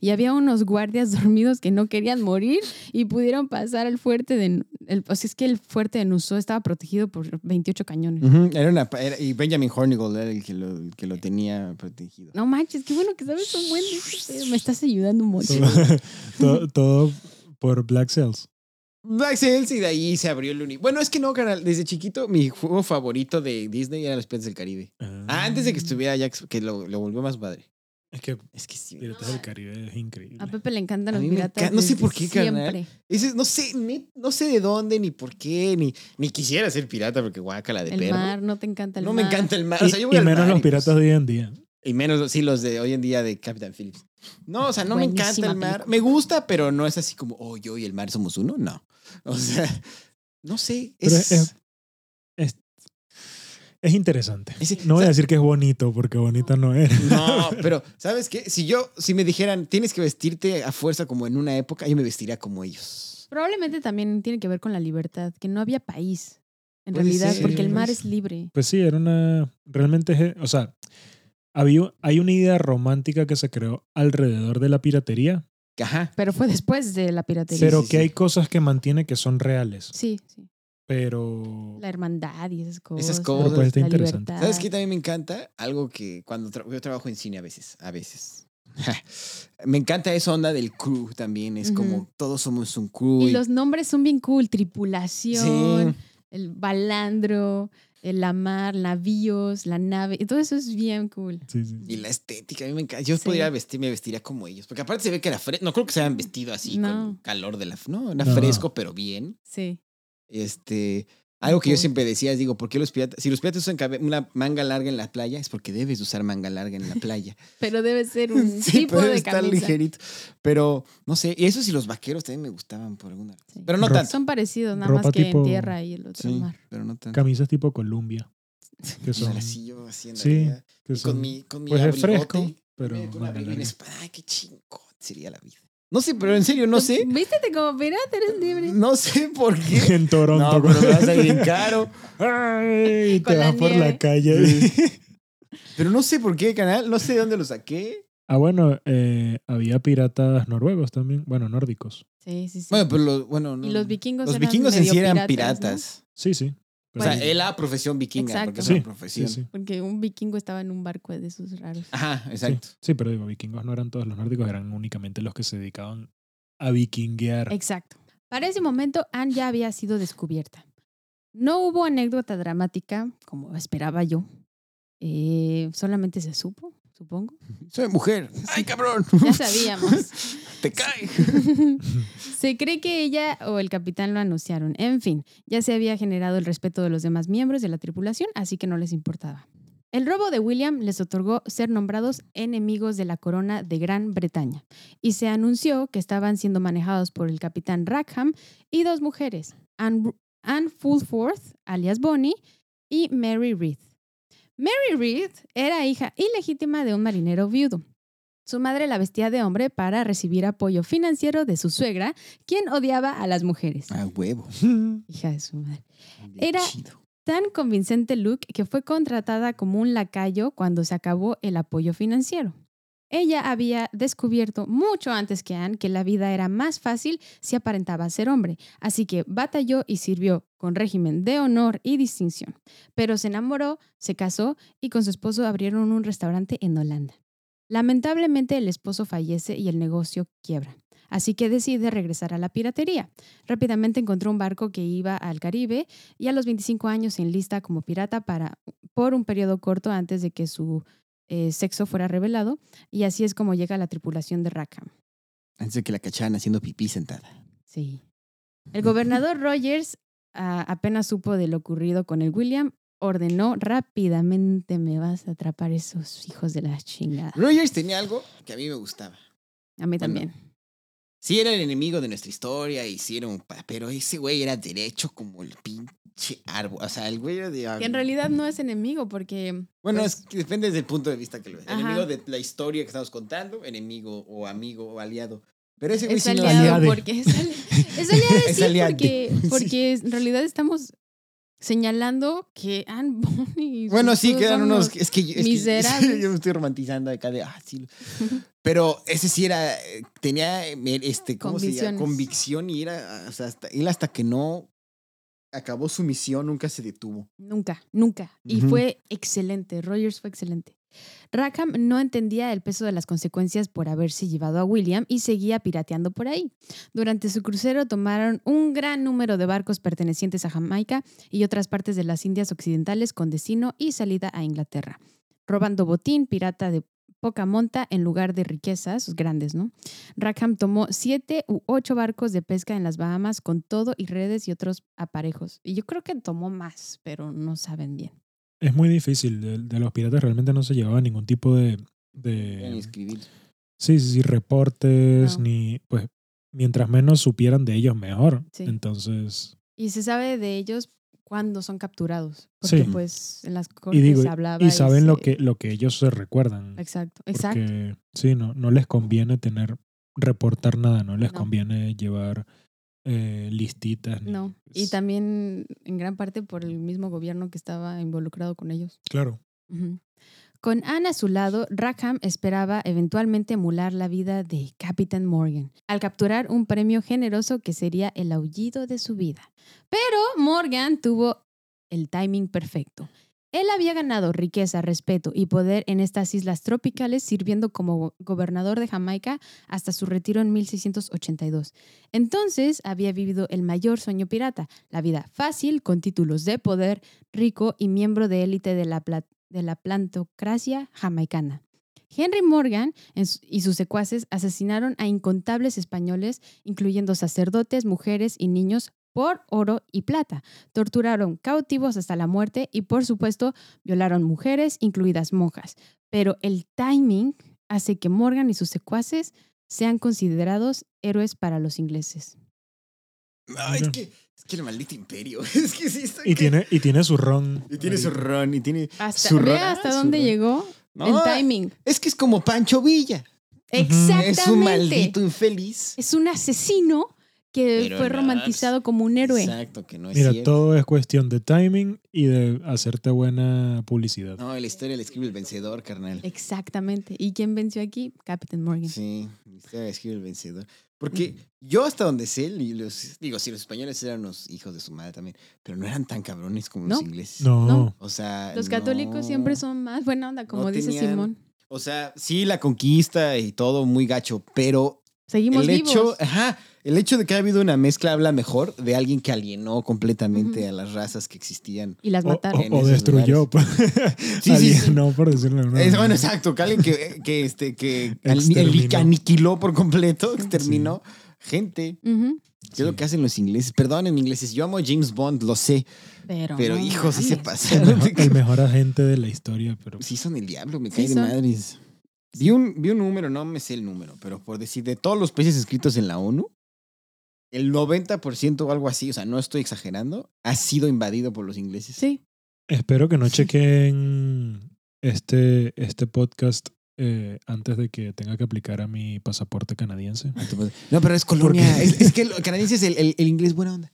Y había unos guardias dormidos que no querían morir y pudieron pasar al fuerte de... El, o sea, es que el fuerte de Nusó estaba protegido por 28 cañones.
Ujú, era una, pa- era- y Benjamin Hornigold era el que lo, el que lo tenía protegido.
No manches, qué bueno que sabes un buen de este pedo. Me estás ayudando mucho.
Todo, todo- todo por Black Sales.
Black Sails y de ahí se abrió el universo. Bueno, es que no, carnal. Desde chiquito, mi juego favorito de Disney era Los Piratas del Caribe. Ah,
Mm.
Antes de que estuviera Jack, que lo, lo volvió más padre.
Es que
Es que sí.
Piratas del Caribe es increíble.
A Pepe le encantan
A
los
mí me
piratas.
encanta- no sé
desde
por qué, carnal.
siempre.
Ese- no sé, ni- no sé de dónde, ni por qué, ni, ni quisiera ser pirata porque guácala de
El
perro.
mar, no te encanta el
no
mar.
me encanta el mar.
Y,
O sea, yo voy
y
al
menos
mar
los
y, pues,
piratas de hoy en día.
Y menos, sí, los de hoy en día de Captain Phillips. No, o sea, no me encanta
Buenísima
el mar. Me gusta, pero no es así como, oh, yo y el mar somos uno. No. O sea, no sé.
Pero
Es,
es, es, es interesante.
es-
No voy
o
a
sea,
decir que es bonito, porque bonita no era.
no, pero ¿sabes qué? Si yo, si me dijeran, tienes que vestirte a fuerza como en una época, yo me vestiría como ellos.
Probablemente también tiene que ver con la libertad, que no había país, en
Puede
realidad,
ser,
porque el mar
puede
es libre.
Pues sí, era una. Realmente, es- o sea, había, hay una idea romántica que se creó alrededor de la piratería,
Ajá.
Pero fue después de la piratería.
pero
sí,
que
sí.
hay cosas que mantiene que son reales.
Sí, sí.
Pero.
La hermandad y esas cosas.
Esas
Pero pues,
cosas.
está
la
interesante.
libertad.
¿Sabes qué también me encanta? Algo que cuando tra- yo trabajo en cine a veces, a veces. me encanta esa onda del crew también. Es como
Ujú.
todos somos un crew.
Y
y-
los nombres son bien cool. Tripulación,
Sí.
el balandro, el la mar, navíos, la nave. Todo eso es bien cool.
Sí, sí.
Y la estética, a mí me encanta. Yo
Sí.
podría vestir, me vestiría como ellos. Porque aparte se ve que era fresco. No creo que se hayan vestido así con
No.
calor de la. No, era
No.
fresco, pero bien.
Sí.
Este. Algo que yo
Ujú.
siempre decía es, digo, ¿por qué los piratas? Si los piratas usan cabe- una manga larga en la playa, es porque debes usar manga larga en la playa.
Pero debe ser un tipo
pero
de
está
camisa.
ligerito. Pero, no sé, y eso sí, los vaqueros también me gustaban por alguna razón.
Sí.
Pero no
Ro-
tanto.
Son parecidos, nada
Ropa
más que
tipo-
en tierra y el otro en
Sí,
mar.
pero no tanto.
Camisas tipo Columbia. Que son.
Así yo, así
Sí,
andaría.
que
Y con
son-
mi, con mi
pues es
abrigote,
fresco, pero.
con un
manga
abrigo y
larga.
una espada. Ay, qué chingón sería la vida. No sé, pero en serio, no sé.
Vístete como pirata, eres libre.
No sé por qué.
en Toronto.
No, pero te vas a ir bien caro.
Ay, y
Con
te
la
vas por la
nieve.
calle.
Pero no sé por qué, canal. No sé de dónde lo saqué.
Ah, bueno, eh, había piratas noruegos también. Bueno, nórdicos.
Sí, sí, sí.
Bueno, pero los, bueno, no.
y los vikingos
Los
eran
vikingos en
medio
sí eran
piratas, ¿no?
piratas.
Sí, sí.
O sea, era la profesión vikinga.
Exacto.
Porque es
Sí,
una
sí,
profesión.
sí.
Porque un vikingo estaba en un barco de esos raros.
Ajá, exacto.
Sí, sí, pero digo, vikingos no eran todos los nórdicos, eran únicamente los que se dedicaban a vikinguear.
Exacto. Para ese momento, Anne ya había sido descubierta. No hubo anécdota dramática, como esperaba yo. Eh, solamente se supo, supongo.
Soy mujer. Ay, cabrón.
Ya sabíamos.
Te cae.
se cree que ella o el capitán lo anunciaron. En fin, ya se había generado el respeto de los demás miembros de la tripulación, así que no les importaba. El robo de William les otorgó ser nombrados enemigos de la corona de Gran Bretaña y se anunció que estaban siendo manejados por el capitán Rackham y dos mujeres, Anne, Anne Fulforth, alias Bonnie, y Mary Reed. Mary Reed era hija ilegítima de un marinero viudo. Su madre la vestía de hombre para recibir apoyo financiero de su suegra, quien odiaba a las mujeres.
Ah, huevo.
Hija de su madre.
Bien
Era-
chido.
Tan convincente Luke que fue contratada como un lacayo cuando se acabó el apoyo financiero. Ella había descubierto mucho antes que Anne que la vida era más fácil si aparentaba ser hombre, así que batalló y sirvió con régimen de honor y distinción. Pero se enamoró, se casó y con su esposo abrieron un restaurante en Holanda. Lamentablemente el esposo fallece y el negocio quiebra, así que decide regresar a la piratería. Rápidamente encontró un barco que iba al Caribe y a los 25 años se enlista como pirata para, por un periodo corto antes de que su eh, sexo fuera revelado y así es como llega a la tripulación de Rackham.
Antes de que la cacharan haciendo pipí sentada.
Sí. El gobernador Rogers ah, apenas supo de lo ocurrido con el William, ordenó rápidamente me vas a atrapar esos hijos de la chingada.
Rogers tenía algo que a mí me gustaba.
A mí también.
Sí era el enemigo de nuestra historia, hicieron, pero ese güey era derecho como el pin pinche árbol. O sea, el güey era de.
Que en realidad no es enemigo porque...
Bueno,
pues,
es que depende desde el punto de vista que lo veas.
Ajá.
Enemigo de la historia que estamos contando, enemigo o amigo o aliado. Pero ese güey
Es
sí no
aliado
aliade.
porque... Es, ali- es aliado,
Es
sí,
aliante.
porque,
Sí.
porque en realidad estamos señalando que Anne Bonny... y
Bueno,
sus
sí,
todos
quedan
son
unos.
los-
Es que, yo- es que-
miserables.
yo me estoy romantizando acá de. Ah, sí. Pero ese sí era. eh, Tenía. eh, este, ¿Cómo se llama?
Convicciones.
Convicción y era. O sea, hasta, él hasta que no acabó su misión nunca se detuvo.
Nunca, nunca. Y
Ujú.
fue excelente. Rogers fue excelente. Rackham no entendía el peso de las consecuencias por haberse llevado a William y seguía pirateando por ahí. Durante su crucero tomaron un gran número de barcos pertenecientes a Jamaica y otras partes de las Indias Occidentales con destino y salida a Inglaterra, robando botín pirata de poca monta en lugar de riquezas sus grandes, ¿no? Rackham tomó siete u ocho barcos de pesca en las Bahamas con todo y redes y otros aparejos. Y yo creo que tomó más, pero no saben bien.
Es muy difícil. De, de los piratas realmente no se llevaba ningún tipo de.
En
de
escribir.
sí, sí, sí, reportes,
No.
ni. Pues mientras menos supieran de ellos, mejor.
Sí.
Entonces.
Y se sabe de ellos cuando son capturados. Porque
Sí.
pues en las cortes
Y digo,
se hablaba.
y saben lo,
se-
que, lo que ellos se recuerdan.
Exacto, exacto.
Porque sí, no, no les conviene tener, reportar nada, no les
No.
conviene llevar eh, listitas. ni-
No. Y
es-
también en gran parte por el mismo gobierno que estaba involucrado con ellos.
Claro.
Ujú. Con Anne a su lado, Rackham esperaba eventualmente emular la vida de Capitán Morgan al capturar un premio generoso que sería el aullido de su vida. Pero Morgan tuvo el timing perfecto. Él había ganado riqueza, respeto y poder en estas islas tropicales sirviendo como go- gobernador de Jamaica hasta su retiro en 1682. Entonces había vivido el mayor sueño pirata, la vida fácil, con títulos de poder, rico y miembro de élite de la, pla- de la plantocracia jamaicana. Henry Morgan en su- y sus secuaces asesinaron a incontables españoles, incluyendo sacerdotes, mujeres y niños, por oro y plata. Torturaron cautivos hasta la muerte y, por supuesto, violaron mujeres, incluidas monjas. Pero el timing hace que Morgan y sus secuaces sean considerados héroes para los ingleses.
Ah, es
Mira.
que. Es que el maldito imperio. Es que sí está.
Y
que-
tiene, y tiene su ron.
y tiene su
marico.
ron. Y tiene.
Hasta,
Su
ve
ra-
hasta
su
dónde
ra-
llegó
No,
el timing.
es que es como Pancho Villa.
Exactamente.
Es un maldito infeliz.
es un asesino que
Pero
fue
nada,
romantizado como un héroe.
Exacto, que
Pues
no es
Mira,
cierto.
todo es cuestión de timing y de hacerte buena publicidad.
No, la historia la escribe el vencedor, carnal.
Exactamente. ¿Y quién venció aquí? Captain Morgan.
Sí, la historia la escribe el vencedor. Porque yo hasta donde sé, y los, digo, si los españoles eran unos hijos de su madre también, pero no eran tan cabrones como los
No.
ingleses.
No.
No.
O sea,
Los católicos
no.
siempre son más buena onda, como
No
dice
tenían-
Simón.
O sea, sí, la conquista y todo muy gacho, pero
Seguimos
el
vivos.
hecho, ajá, el hecho de que ha habido una mezcla habla mejor de alguien que alienó completamente
Ujú.
a las razas que existían
y las
O,
mataron.
o- o
En esos
destruyó. pues.
Sí, sí, sí.
No, por decirlo de alguna
Es, Eh, bueno,
manera.
exacto, que alguien que, que, este, que al-
Exterminó.
el- que aniquiló por completo, exterminó gente.
Ujú.
que es lo que hacen los ingleses? Perdonen, ingleses, yo amo a James Bond, lo sé,
Pero,
pero
no
hijos, sí se
mames.
El
pasaron.
mejor, el mejor agente de la historia, pero
Sí son el diablo, me
Sí
cae de
son.
madres. Vi un, vi un número, no me sé el número, pero por decir, de todos los países escritos en la ONU, el 90% o algo así, o sea, no estoy exagerando, ha sido invadido por los ingleses.
Sí.
Espero que no chequen este, este podcast eh, antes de que tenga que aplicar a mi pasaporte canadiense.
No, pero es
¿Por
colonia.
qué?
Es, es que el canadiense es el, el- el inglés buena onda.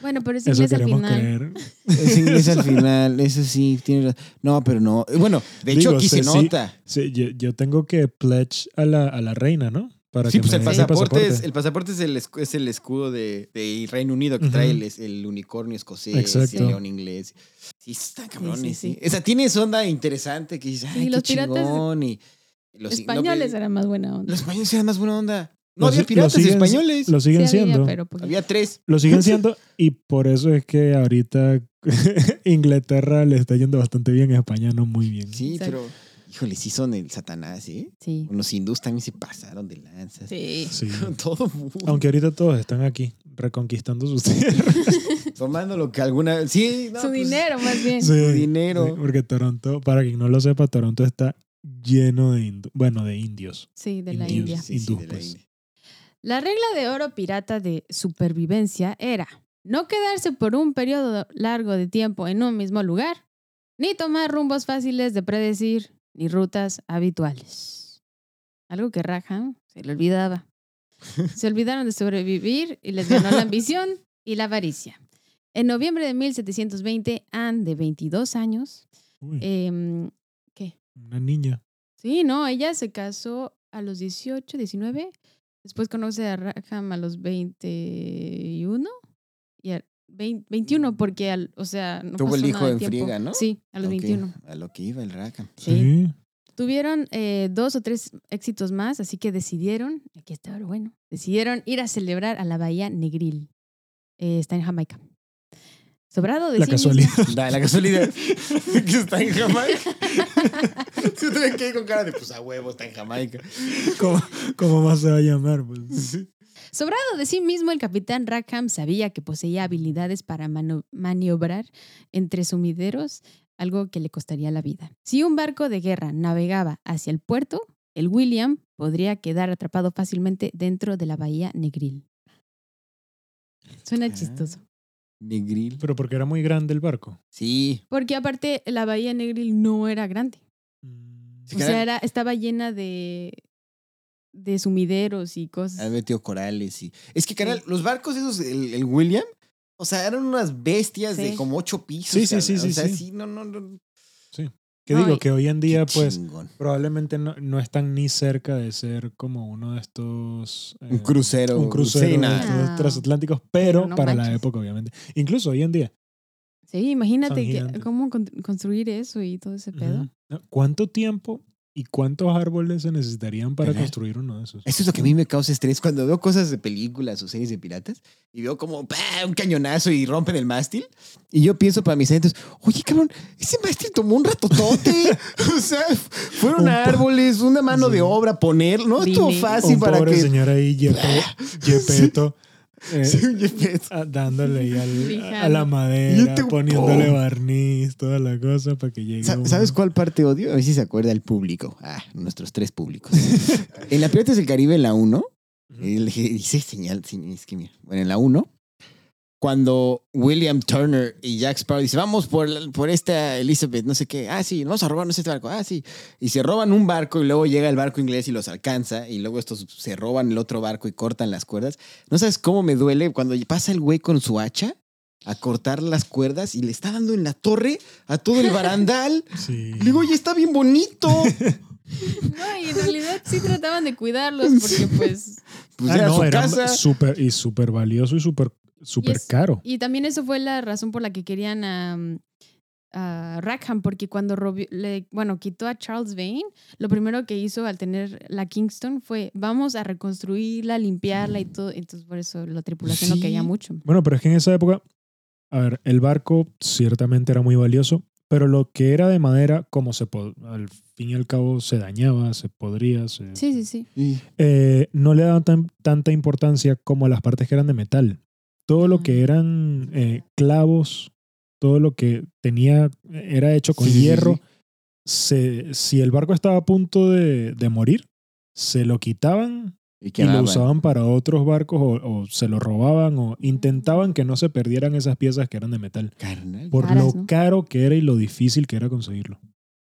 Bueno, pero es
Eso
inglés al
queremos
final.
creer.
Es inglés al final, eso sí, tiene razón. No, pero no. eh, Bueno, de hecho
Digo,
aquí se
se- sí.
nota.
Sí, yo, yo tengo que pledge a la, a la reina, ¿no? Para
Sí,
que
pues
me
el
dé mi
pasaporte, es, el pasaporte es el, escu- es el escudo de, de Reino Unido que
Ujú.
trae el, es- el unicornio escocés,
Exacto.
el león inglés. Sí, está cabrones.
Sí,
Sí,
sí, sí.
O sea, tienes onda interesante que dices, ay,
Sí,
qué
los piratas-
chingón. Y los
Españoles eh.
no,
eran más buena onda.
Los españoles eran más buena onda. No
Lo si-
había
lo
piratas
siguen-
españoles.
Lo
Sí
siguen
había,
siendo.
pero pues, poquito.
Había tres.
Lo siguen siendo y por eso es que ahorita Inglaterra le está yendo bastante bien, a España no muy bien.
Sí,
Exacto.
pero híjole, sí son el satanás, ¿eh?
Sí.
Los hindús también se pasaron de lanzas.
Sí.
Sí.
Con Todo mundo.
Aunque ahorita todos están aquí reconquistando sus tierras.
Tomando lo que alguna. Sí, no,
Su
pues,
dinero, más bien.
Sí,
dinero.
sí, porque Toronto, para quien no lo sepa, Toronto está lleno de indu- bueno, de indios.
Sí, de la
Indios.
India.
Sí, sí,
Hindú,
de la
pues.
India.
La regla de oro pirata de supervivencia era no quedarse por un periodo largo de tiempo en un mismo lugar, ni tomar rumbos fáciles de predecir, ni rutas habituales. Algo que Raham se le olvidaba. Se olvidaron de sobrevivir y les ganó la ambición y la avaricia. En noviembre de 1720, Anne, de 22 años,
Uy,
em,
una niña.
Sí, no, ella se casó a los 18, 19. Después conoce a Raham a los 21. Y a 20 21, porque, al, o sea, no
Mm. Tuvo
pasó
el hijo
nada de
en
tiempo.
friega, ¿no?
Sí, a los
Ok,
21.
A lo que iba el Rackham.
Sí.
Sí.
Tuvieron eh, dos o tres éxitos más, así que decidieron, aquí está lo bueno, decidieron ir a celebrar a la Bahía Negril. Eh, está en Jamaica. Sobrado de
La
sí misma.
casualidad.
Da la casualidad que está en Jamaica. Yo también quedé con cara de, pues a huevo, está en Jamaica.
¿Cómo, cómo más se va a llamar? Pues?
Sobrado de sí mismo, el capitán Rackham sabía que poseía habilidades para mano- maniobrar entre sumideros, algo que le costaría la vida. Si un barco de guerra navegaba hacia el puerto, el William podría quedar atrapado fácilmente dentro de la bahía Negril. Suena
Ah.
chistoso.
Negril.
Pero porque era muy grande el barco.
Sí.
Porque aparte la bahía Negril no era grande.
Mm,
Sí,
O
que
sea, era,
era-
estaba llena de, de sumideros y
Ha
cosas.
metido corales y. Es que, canal,
Sí.
los barcos esos, el, el William, o sea, eran unas bestias
Sí.
de como ocho pisos.
Sí, sí, sí,
cabrón.
sí,
O sea,
sí.
sí, no, no, no.
Que
No,
digo
y-
que hoy en día,
Qué
pues,
chingón.
probablemente no, no están ni cerca de ser como uno de estos. eh,
Un crucero.
un crucero
sí,
de
nada.
Ah.
estos transatlánticos, pero
Pero no
para la
manches.
época, obviamente. Incluso hoy en día.
Sí, imagínate
Son
que-
gigantes.
cómo con- construir eso y todo ese pedo.
Ujú. ¿No? ¿Cuánto tiempo y cuántos árboles se necesitarían para
Tener.
construir uno de esos?
Eso es lo que a mí me causa estrés cuando veo cosas de películas o series de piratas y veo como ¡pa! un cañonazo y rompen el mástil. Y yo pienso para mis adentros, oye, cabrón, ese mástil tomó un ratotote. o sea, fueron
Un
a
po-
árboles, una mano
Sí.
de obra, poner. No estuvo
Dime.
fácil
Un
para
pobre
que.
señor ahí, Yepe- Yepeto, eh,
Sí, oye, pues,
a- dándole ahí al- a
Fijando.
la madera,
Yo te-
poniéndole
¡Pum!
barniz, toda la cosa para que llegue.
sa-
uno.
¿Sabes cuál parte odio? A ver si se acuerda el público. Ah, nuestros tres públicos. en la Piratas del Caribe, en la 1,
Ujú.
El que dice señal sin isquemia. Bueno, en la 1, cuando William Turner y Jack Sparrow dicen, vamos por, la- por esta Elizabeth, no sé qué. Ah, sí, vamos a robarnos este barco. Ah, sí. Y se roban un barco y luego llega el barco inglés y los alcanza. Y luego estos se roban el otro barco y cortan las cuerdas. ¿No sabes cómo me duele cuando pasa el güey con su hacha? A cortar las cuerdas y le está dando en la torre a todo el barandal.
Sí.
Le digo, oye, está bien bonito.
No, y en realidad sí trataban de cuidarlos porque pues...
Pues
Ah,
era
no,
su
era
casa.
súper y súper valioso y súper súper
es-
caro.
Y también eso fue la razón por la que querían a, mm, a Rackham, porque cuando robi- le, bueno, quitó a Charles Vane, lo primero que hizo al tener la Kingston fue vamos a reconstruirla, limpiarla y todo. Entonces por eso la tripulación lo
Sí.
quería mucho.
Bueno, pero es que en esa época, a ver, el barco ciertamente era muy valioso, pero lo que era de madera, como se po- al fin y al cabo se dañaba, se podría, se-
Sí, sí, sí.
Y-
eh, no le daban tan- tanta importancia como a las partes que eran de metal. Todo lo
Ah.
que eran eh, clavos, todo lo que tenía eh, era hecho con
Sí, sí, sí,
hierro.
sí.
Se, si el barco estaba a punto de, de morir, se lo quitaban
Y,
y lo
quemaban.
usaban para otros barcos o, o se lo robaban o intentaban que no se perdieran esas piezas que eran de metal.
Carnal.
Por
Caras,
lo
¿no?
caro que era y lo difícil que era conseguirlo.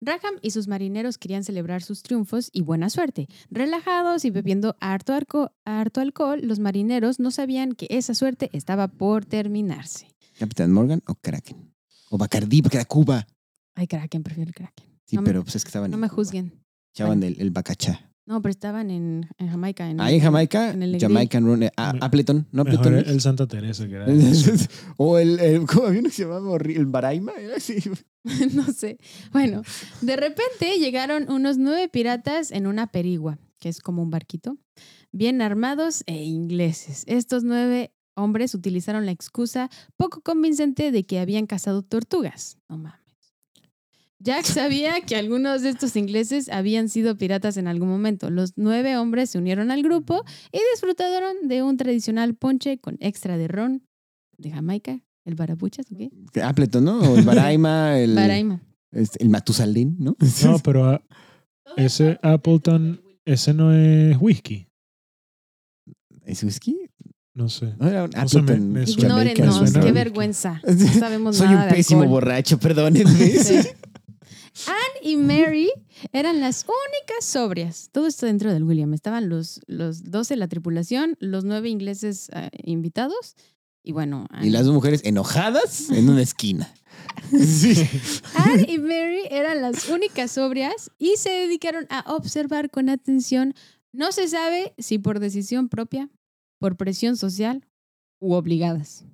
Rackham y sus marineros querían celebrar sus triunfos y buena suerte. Relajados y bebiendo harto, arco- harto alcohol, los marineros no sabían que esa suerte estaba por terminarse.
¿Capitán Morgan o Kraken? O Bacardí, porque era Cuba.
Ay, Kraken, prefiero el Kraken.
Sí,
No me-
pero pues es que estaban.
No
en
me
Cuba.
juzguen.
Echaban el, el bacachá.
No, pero estaban en, en Jamaica. En
Ahí en Jamaica,
en el Negril.
Jamaican Run, eh, a-
Me-
Appleton, no
Mejor
Appleton.
el, el Santa Teresa, que era
o el, el- ¿Cómo había uno que se llamaba horri- El Baraima? Era así.
no sé. Bueno, de repente llegaron unos nueve piratas en una perigua, que es como un barquito, bien armados e ingleses. Estos nueve hombres utilizaron la excusa poco convincente de que habían cazado tortugas. No mames. Jack sabía que algunos de estos ingleses habían sido piratas en algún momento. Los nueve hombres se unieron al grupo y disfrutaron de un tradicional ponche con extra de ron de Jamaica, el barapuchas, ¿ok?
Appleton, Ah, ¿no? O el Baraima, el,
Baraima.
este, el Matusalén, ¿no?
No, pero ah, ese Appleton, ese no es whisky.
¿Es whisky?
No sé.
No era un ah,
No sé, me-
Appleton
me suena-
Jamaican.
me
Ignórenos,
suena
qué
bien.
vergüenza. No sabemos
Soy
Pues nada
un
de
pésimo
alcohol.
borracho, perdónenme.
Sí. Anne y Mary eran las únicas sobrias. Todo está dentro del William. Estaban los, los 12 de la tripulación, los nueve ingleses eh, invitados. Y bueno, Anne.
Y las dos mujeres enojadas en una esquina. Sí.
Anne y Mary eran las únicas sobrias y se dedicaron a observar con atención. No se sabe si por decisión propia, por presión social u obligadas.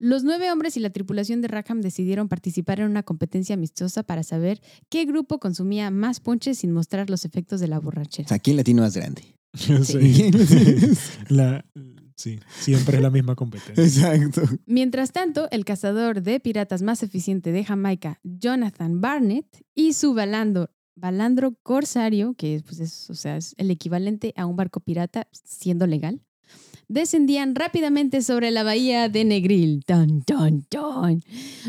Los nueve hombres y la tripulación de Rackham decidieron participar en una competencia amistosa para saber qué grupo consumía más ponches sin mostrar los efectos de la
O
borrachera.
sea, ¿quién latino más grande?
Sí. La, sí, siempre es la misma competencia.
Exacto.
Mientras tanto, el cazador de piratas más eficiente de Jamaica, Jonathan Barnett, y su balando, balandro corsario, que es, pues, es, o sea, es el equivalente a un barco pirata siendo legal, descendían rápidamente sobre la bahía de Negril. Tan, tan, tan.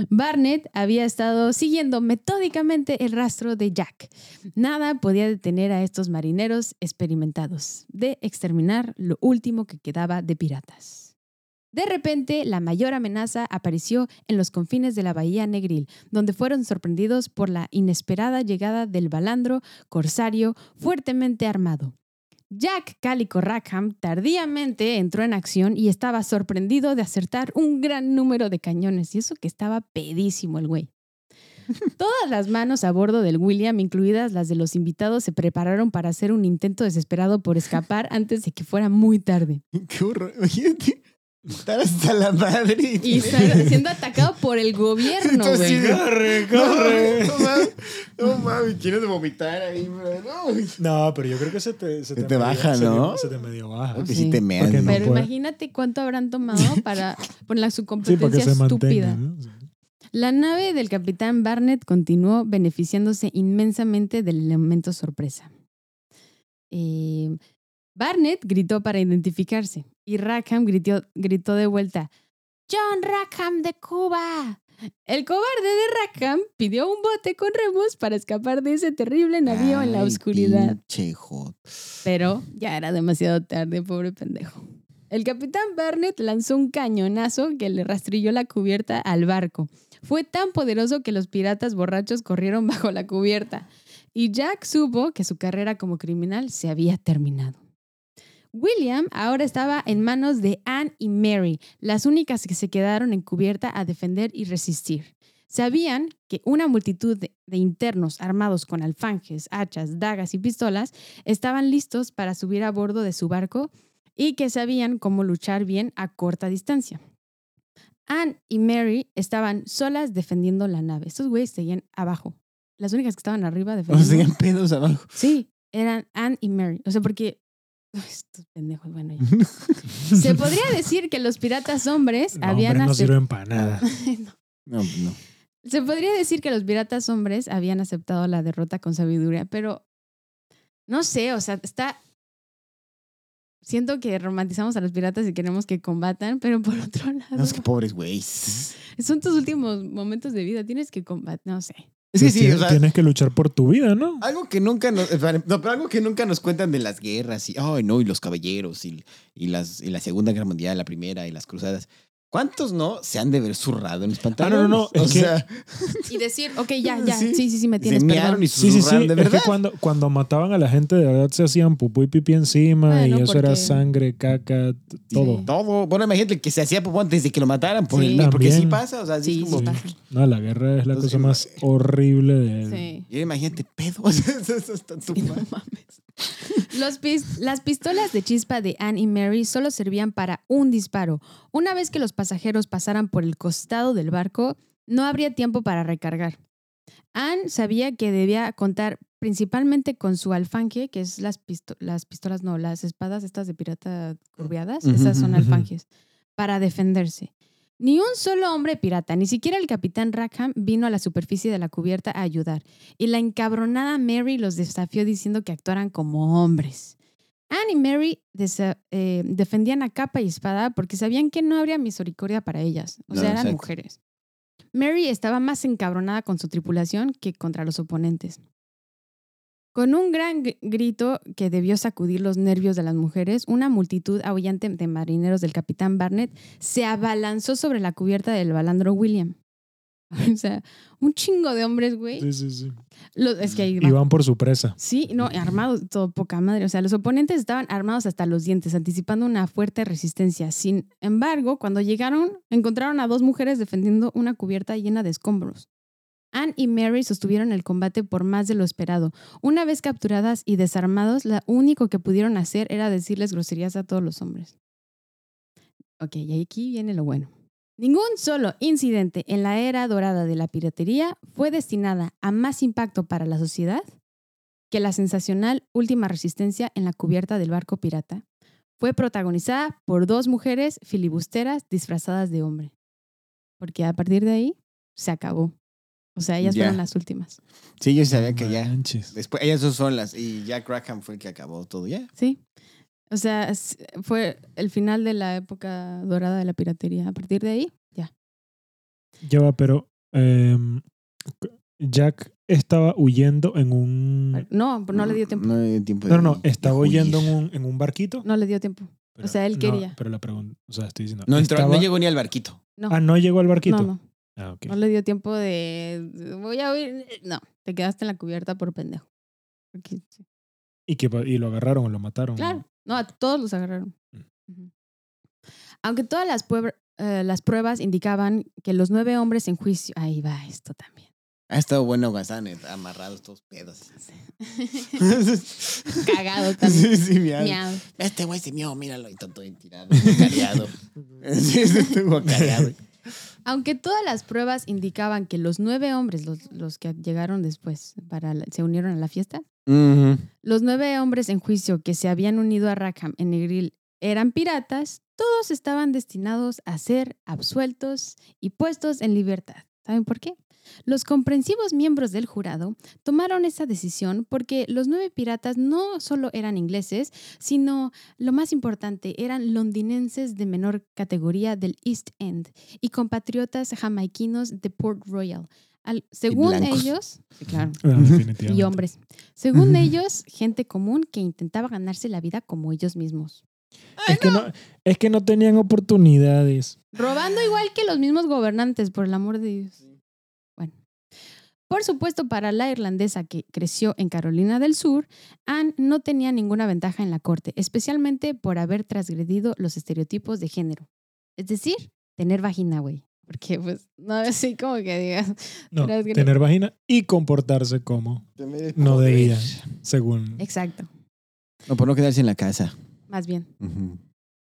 Barnett había estado siguiendo metódicamente el rastro de Jack. Nada podía detener a estos marineros experimentados de exterminar lo último que quedaba de piratas. De repente, la mayor amenaza apareció en los confines de la Bahía Negril, donde fueron sorprendidos por la inesperada llegada del balandro corsario fuertemente armado. Jack Calico Rackham tardíamente entró en acción y estaba sorprendido de acertar un gran número de cañones, y eso que estaba pedísimo el güey. Todas las manos a bordo del William, incluidas las de los invitados, se prepararon para hacer un intento desesperado por escapar antes de que fuera muy tarde.
Qué horror. Imagínate estar hasta la madre.
Y estar siendo atacado por el gobierno,
Entonces,
güey.
sí,
Corre,
No, no mames. No mames, quieres vomitar ahí, bro. No.
No, pero yo creo que se te, se
Se te baja,
se te-
¿no?
Se te medio baja.
Creo que
Sí,
sí te meas,
Porque
¿no?
Pero
no puede.
imagínate cuánto habrán tomado para poner su
porque
competencia
se mantenga.
estúpida.
¿no? Sí.
La nave del capitán Barnett continuó beneficiándose inmensamente del elemento sorpresa. Eh, Barnett gritó para identificarse y Rackham gritó, gritó de vuelta, John Rackham de Cuba. El cobarde de Rackham pidió un bote con remos para escapar de ese terrible navío en la
Ay,
oscuridad.
Pinche hijo.
Pero ya era demasiado tarde, pobre pendejo. El capitán Barnett lanzó un cañonazo que le rastrilló la cubierta al barco. Fue tan poderoso que los piratas borrachos corrieron bajo la cubierta. Y Jack supo que su carrera como criminal se había terminado. William ahora estaba en manos de Anne y Mary, las únicas que se quedaron en cubierta a defender y resistir. Sabían que una multitud de- de internos armados con alfanjes, hachas, dagas y pistolas estaban listos para subir a bordo de su barco y que sabían cómo luchar bien a corta distancia. Anne y Mary estaban solas defendiendo la nave. Estos güeyes seguían abajo. Las únicas que estaban arriba
O
defendiendo.
sea, eran pedos abajo.
Sí, eran Anne y Mary. O sea, porque. Ay, Estos pendejos, bueno, ya. Se podría decir que los piratas hombres
No,
habían Ah.
hombre, no
acep-
sirven para nada.
No.
No, pues no.
Se podría decir que los piratas hombres habían aceptado la derrota con sabiduría, pero no sé, o sea, está. Siento que romantizamos a los piratas y queremos que combatan, pero por otro lado,
No, es que pobres güeyes.
son tus últimos momentos de vida, tienes que combatir, no sé.
Es que
Pues
sí,
tienes,
o sea,
tienes que luchar por tu vida, ¿no?
Algo que nunca nos, espera, no, pero algo que nunca nos cuentan de las guerras y, ay no, y los caballeros y, y las, y la Segunda Guerra Mundial, la Primera y las cruzadas. ¿Cuántos no se han de ver zurrado en los pantalones?
no, no,
O
es que-
sea,
Y decir, ok, ya, ya,
Sí.
sí, sí, sí, me
se
tienes, perdón.
mearon y
Sí,
zurraron,
sí, sí.
de
Es que
verdad.
cuando, cuando mataban a la gente, de verdad se hacían pupú y pipí encima
Bueno,
y eso era
porque-
sangre, caca, t- todo.
Sí.
Todo. Bueno, imagínate que se hacía popó antes de que lo mataran por
Sí.
el mar, porque sí
También.
pasa, o sea, sí,
Sí,
es como-
sí pasa.
No, la guerra es la
Entonces,
cosa más horrible de...
Sí.
Y ahora imagínate pedo, o sea, eso está tu
No
madre.
mames. Los pis- las pistolas de chispa de Anne y Mary solo servían para un disparo. Una vez que los pasajeros pasaran por el costado del barco, no habría tiempo para recargar. Anne sabía que debía contar principalmente con su alfanje, que es las, pisto- las pistolas, no, las espadas estas de pirata curviadas,
Ujú,
esas son
ujú.
alfanjes, para defenderse. Ni un solo hombre pirata, ni siquiera el capitán Rackham vino a la superficie de la cubierta a ayudar y la encabronada Mary los desafió diciendo que actuaran como hombres. Anne y Mary desa- eh, defendían a capa y espada porque sabían que no habría misericordia para ellas, o
No,
sea, eran
exacto.
mujeres. Mary estaba más encabronada con su tripulación que contra los oponentes. Con un gran gr- grito que debió sacudir los nervios de las mujeres, una multitud aullante de marineros del capitán Barnett se abalanzó sobre la cubierta del balandro William. O sea, un chingo de hombres, güey.
Sí, sí, sí.
Lo- es que ahí
Y
va.
van por su presa.
Sí, no, armados, todo poca madre. O sea, los oponentes estaban armados hasta los dientes, anticipando una fuerte resistencia. Sin embargo, cuando llegaron, encontraron a dos mujeres defendiendo una cubierta llena de escombros. Anne y Mary sostuvieron el combate por más de lo esperado. Una vez capturadas y desarmados, lo único que pudieron hacer era decirles groserías a todos los hombres. Ok, y aquí viene lo bueno. Ningún solo incidente en la era dorada de la piratería fue destinada a más impacto para la sociedad que la sensacional última resistencia en la cubierta del barco pirata fue protagonizada por dos mujeres filibusteras disfrazadas de hombre. Porque a partir de ahí se acabó. O sea, ellas
Ya.
fueron las últimas.
Sí, yo sabía que ya.
Manches.
Después, ellas dos son las. Y Jack Rackham fue el que acabó todo ya.
Sí. O sea, es- fue el final de la época dorada de la piratería. A partir de ahí, ya.
Ya va, pero eh, Jack estaba huyendo en un...
No, no le dio tiempo.
No le dio tiempo.
No,
de-
no, no, estaba
de huir.
huyendo en un, en un barquito.
No le dio tiempo.
Pero-
sea, él
no,
quería.
pero la pregunta, o sea, estoy diciendo...
No, entró-
estaba-
no llegó ni al barquito.
Ah, no llegó al barquito.
No, no.
Ah, ok.
No le dio tiempo de. de- Voy a huir. No, te quedaste en la cubierta por pendejo. Porque- sí.
Y, que, y lo agarraron o lo mataron.
Claro. No,
¿no?
a todos los agarraron.
Mm.
Ujú. Aunque todas las, puebr- eh, las pruebas indicaban que los nueve hombres en juicio. Ahí va esto también.
Ha estado bueno Gazán, eh, amarrados todos pedos.
Cagado también.
sí, sí, miau.
Miau.
Este güey se mió, míralo. Y tanto tirado, guacareado. Sí, estuvo guacareado.
Aunque todas las pruebas indicaban que los nueve hombres, los, los que llegaron después, para la- se unieron a la fiesta, los nueve hombres en juicio que se habían unido a Rackham en Negril eran piratas, todos estaban destinados a ser absueltos y puestos en libertad. ¿Saben por qué? Los comprensivos miembros del jurado tomaron esa decisión porque los nueve piratas no solo eran ingleses, sino, lo más importante, eran londinenses de menor categoría del East End y compatriotas jamaiquinos de Port Royal. Al- según
blancos.
ellos, sí, claro,
Ah, definitivamente.
y hombres. Según
Ujú.
ellos, gente común que intentaba ganarse la vida como ellos mismos.
Es, que no, es que no tenían oportunidades.
Robando igual que los mismos gobernantes, por el amor de Dios. Bueno. Por supuesto, para la irlandesa que creció en Carolina del Sur, Anne no tenía ninguna ventaja en la corte, especialmente por haber transgredido los estereotipos de género. Es decir, tener vagina, güey. Porque, pues, no así como que digas.
No,
Pero es que-
tener vagina y comportarse como, No debía. según...
Exacto,
No, por no quedarse en la casa.
más bien.
Ujú.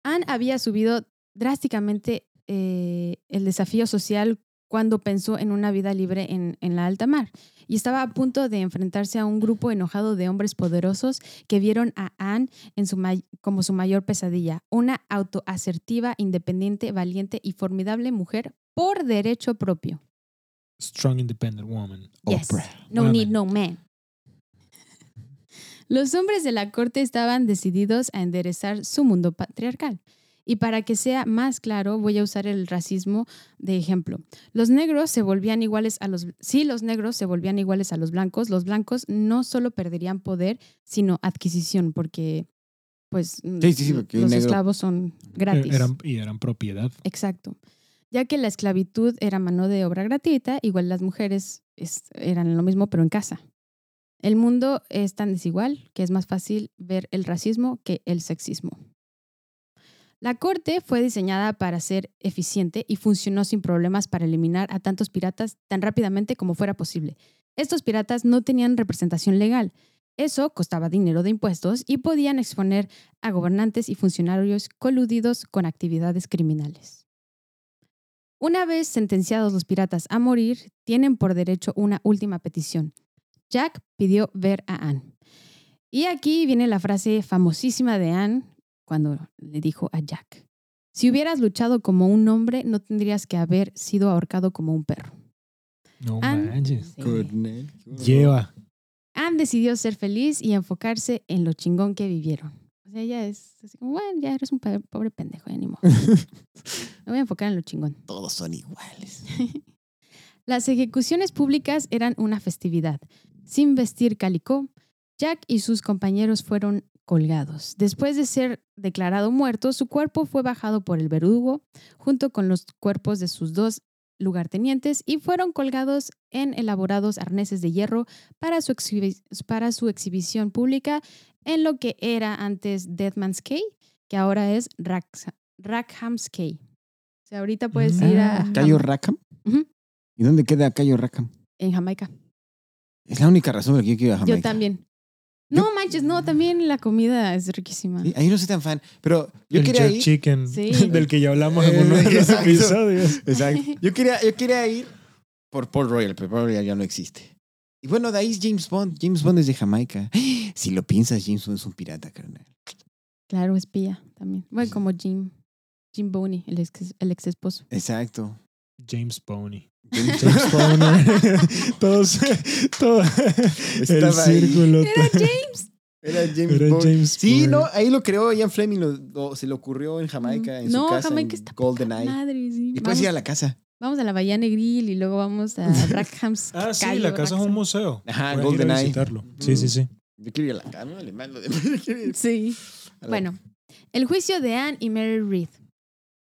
Anne había subido drásticamente eh, el desafío social cuando pensó en una vida libre en, en la alta mar y estaba a punto de enfrentarse a un grupo enojado de hombres poderosos que vieron a Anne en su may- como su mayor pesadilla, una autoasertiva, independiente, valiente y formidable mujer por derecho propio.
Strong Independent Woman.
Yes.
Oprah.
No
Women.
need no man. Los hombres de la corte estaban decididos a enderezar su mundo patriarcal. Y para que sea más claro, voy a usar el racismo de ejemplo. Los negros se volvían iguales a los si los negros se volvían iguales a los blancos, los blancos no solo perderían poder, sino adquisición, porque pues
Sí, sí, sí, porque un
los
negro-
esclavos son gratis.
Eh, Eran, y eran propiedad.
Exacto. Ya que la esclavitud era mano de obra gratuita, igual las mujeres es- eran lo mismo, pero en casa. El mundo es tan desigual que es más fácil ver el racismo que el sexismo. La corte fue diseñada para ser eficiente y funcionó sin problemas para eliminar a tantos piratas tan rápidamente como fuera posible. Estos piratas no tenían representación legal. Eso costaba dinero de impuestos y podían exponer a gobernantes y funcionarios coludidos con actividades criminales. Una vez sentenciados los piratas a morir, tienen por derecho una última petición. Jack pidió ver a Anne. Y aquí viene la frase famosísima de Anne cuando le dijo a Jack. Si hubieras luchado como un hombre, no tendrías que haber sido ahorcado como un perro.
No
An-
manches.
Sí.
Good night.
Lleva.
Anne decidió ser feliz y enfocarse en lo chingón que vivieron. O sea, ella es así como, bueno, ya eres un pe- pobre pendejo, ya ni modo. Me voy a enfocar en lo chingón.
Todos son iguales.
Las ejecuciones públicas eran una festividad. Sin vestir calicó, Jack y sus compañeros fueron colgados. Después de ser declarado muerto, su cuerpo fue bajado por el verdugo junto con los cuerpos de sus dos lugartenientes y fueron colgados en elaborados arneses de hierro para su, exhibi- para su exhibición pública en lo que era antes Deadman's Cay, que ahora es Rax- Rackham's Cay. O sea, ahorita puedes
Mm.
ir a
Ah,
¿Cayo
Jam-
Rackham?
Ujú.
¿Y dónde queda Cayo Rackham?
en Jamaica.
Es la única razón por la que yo quiero ir a Jamaica.
Yo también.
Yo-
No manches, no, también la comida es riquísima.
Sí, ahí no soy tan fan. Pero yo
el
quería
jerk
ir. Eh,
chicken
Sí.
del que ya hablamos en uno de los
Exacto.
episodios.
Exacto. Yo quería, yo quería ir por Port Royal, pero Port Royal ya no existe. Y bueno, de ahí es James Bond. James Bond es de Jamaica. Si lo piensas, James Bond es un pirata, carnal.
Claro, espía también. Bueno, como Jim, Jim Boney, el ex, el ex esposo.
Exacto.
James Pony.
James Bond.
James Pony. Todos. Todo el
Estaba ahí.
círculo.
Era James.
Era James
Era
Bond.
James
Sí,
Bond.
no, ahí lo creó Ian Fleming, lo- lo- se le ocurrió en Jamaica, en
no,
su casa,
Jamaica
en
está poca
Golden Eye.
Madre, sí.
Y puedes
Vamos,
ir a la casa.
vamos a la Bahía Negril y luego vamos a Rackham's.
Ah, sí,
Cayo,
la casa es un
Rackham's-
museo.
Ajá,
Puedes ir a
Ah, GoldenEye.
visitarlo. Sí, sí, sí.
Mm.
Yo quiero ir a la casa, no le mando de yo quiero ir
Sí.
a la-
Bueno, el juicio de Anne y Mary Reed.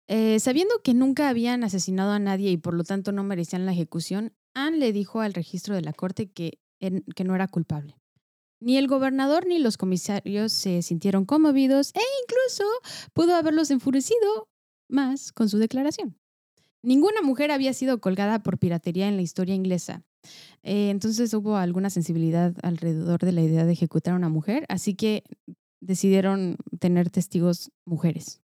Eh, sabiendo que nunca habían asesinado a nadie y por lo tanto no merecían la ejecución, Anne le dijo al registro de la corte que, en- que no era culpable. Ni el gobernador ni los comisarios se sintieron conmovidos e incluso pudo haberlos enfurecido más con su declaración. Ninguna mujer había sido colgada por piratería en la historia inglesa. Eh, entonces hubo alguna sensibilidad alrededor de la idea de ejecutar a una mujer, así que decidieron tener testigos mujeres.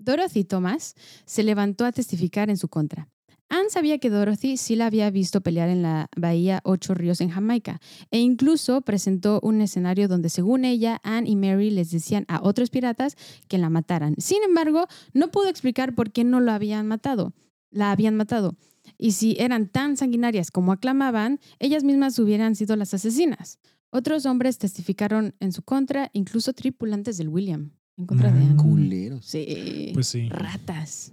Dorothy Thomas se levantó a testificar en su contra. Anne sabía que Dorothy sí la había visto pelear en la bahía Ocho Ríos en Jamaica e incluso presentó un escenario donde según ella Anne y Mary les decían a otros piratas que la mataran. Sin embargo, no pudo explicar por qué no lo habían matado. La habían matado. Y si eran tan sanguinarias como aclamaban, ellas mismas hubieran sido las asesinas. Otros hombres testificaron en su contra, incluso tripulantes del William, en contra de
Mm.
Anne.
Culeros.
Sí.
Pues sí.
Ratas.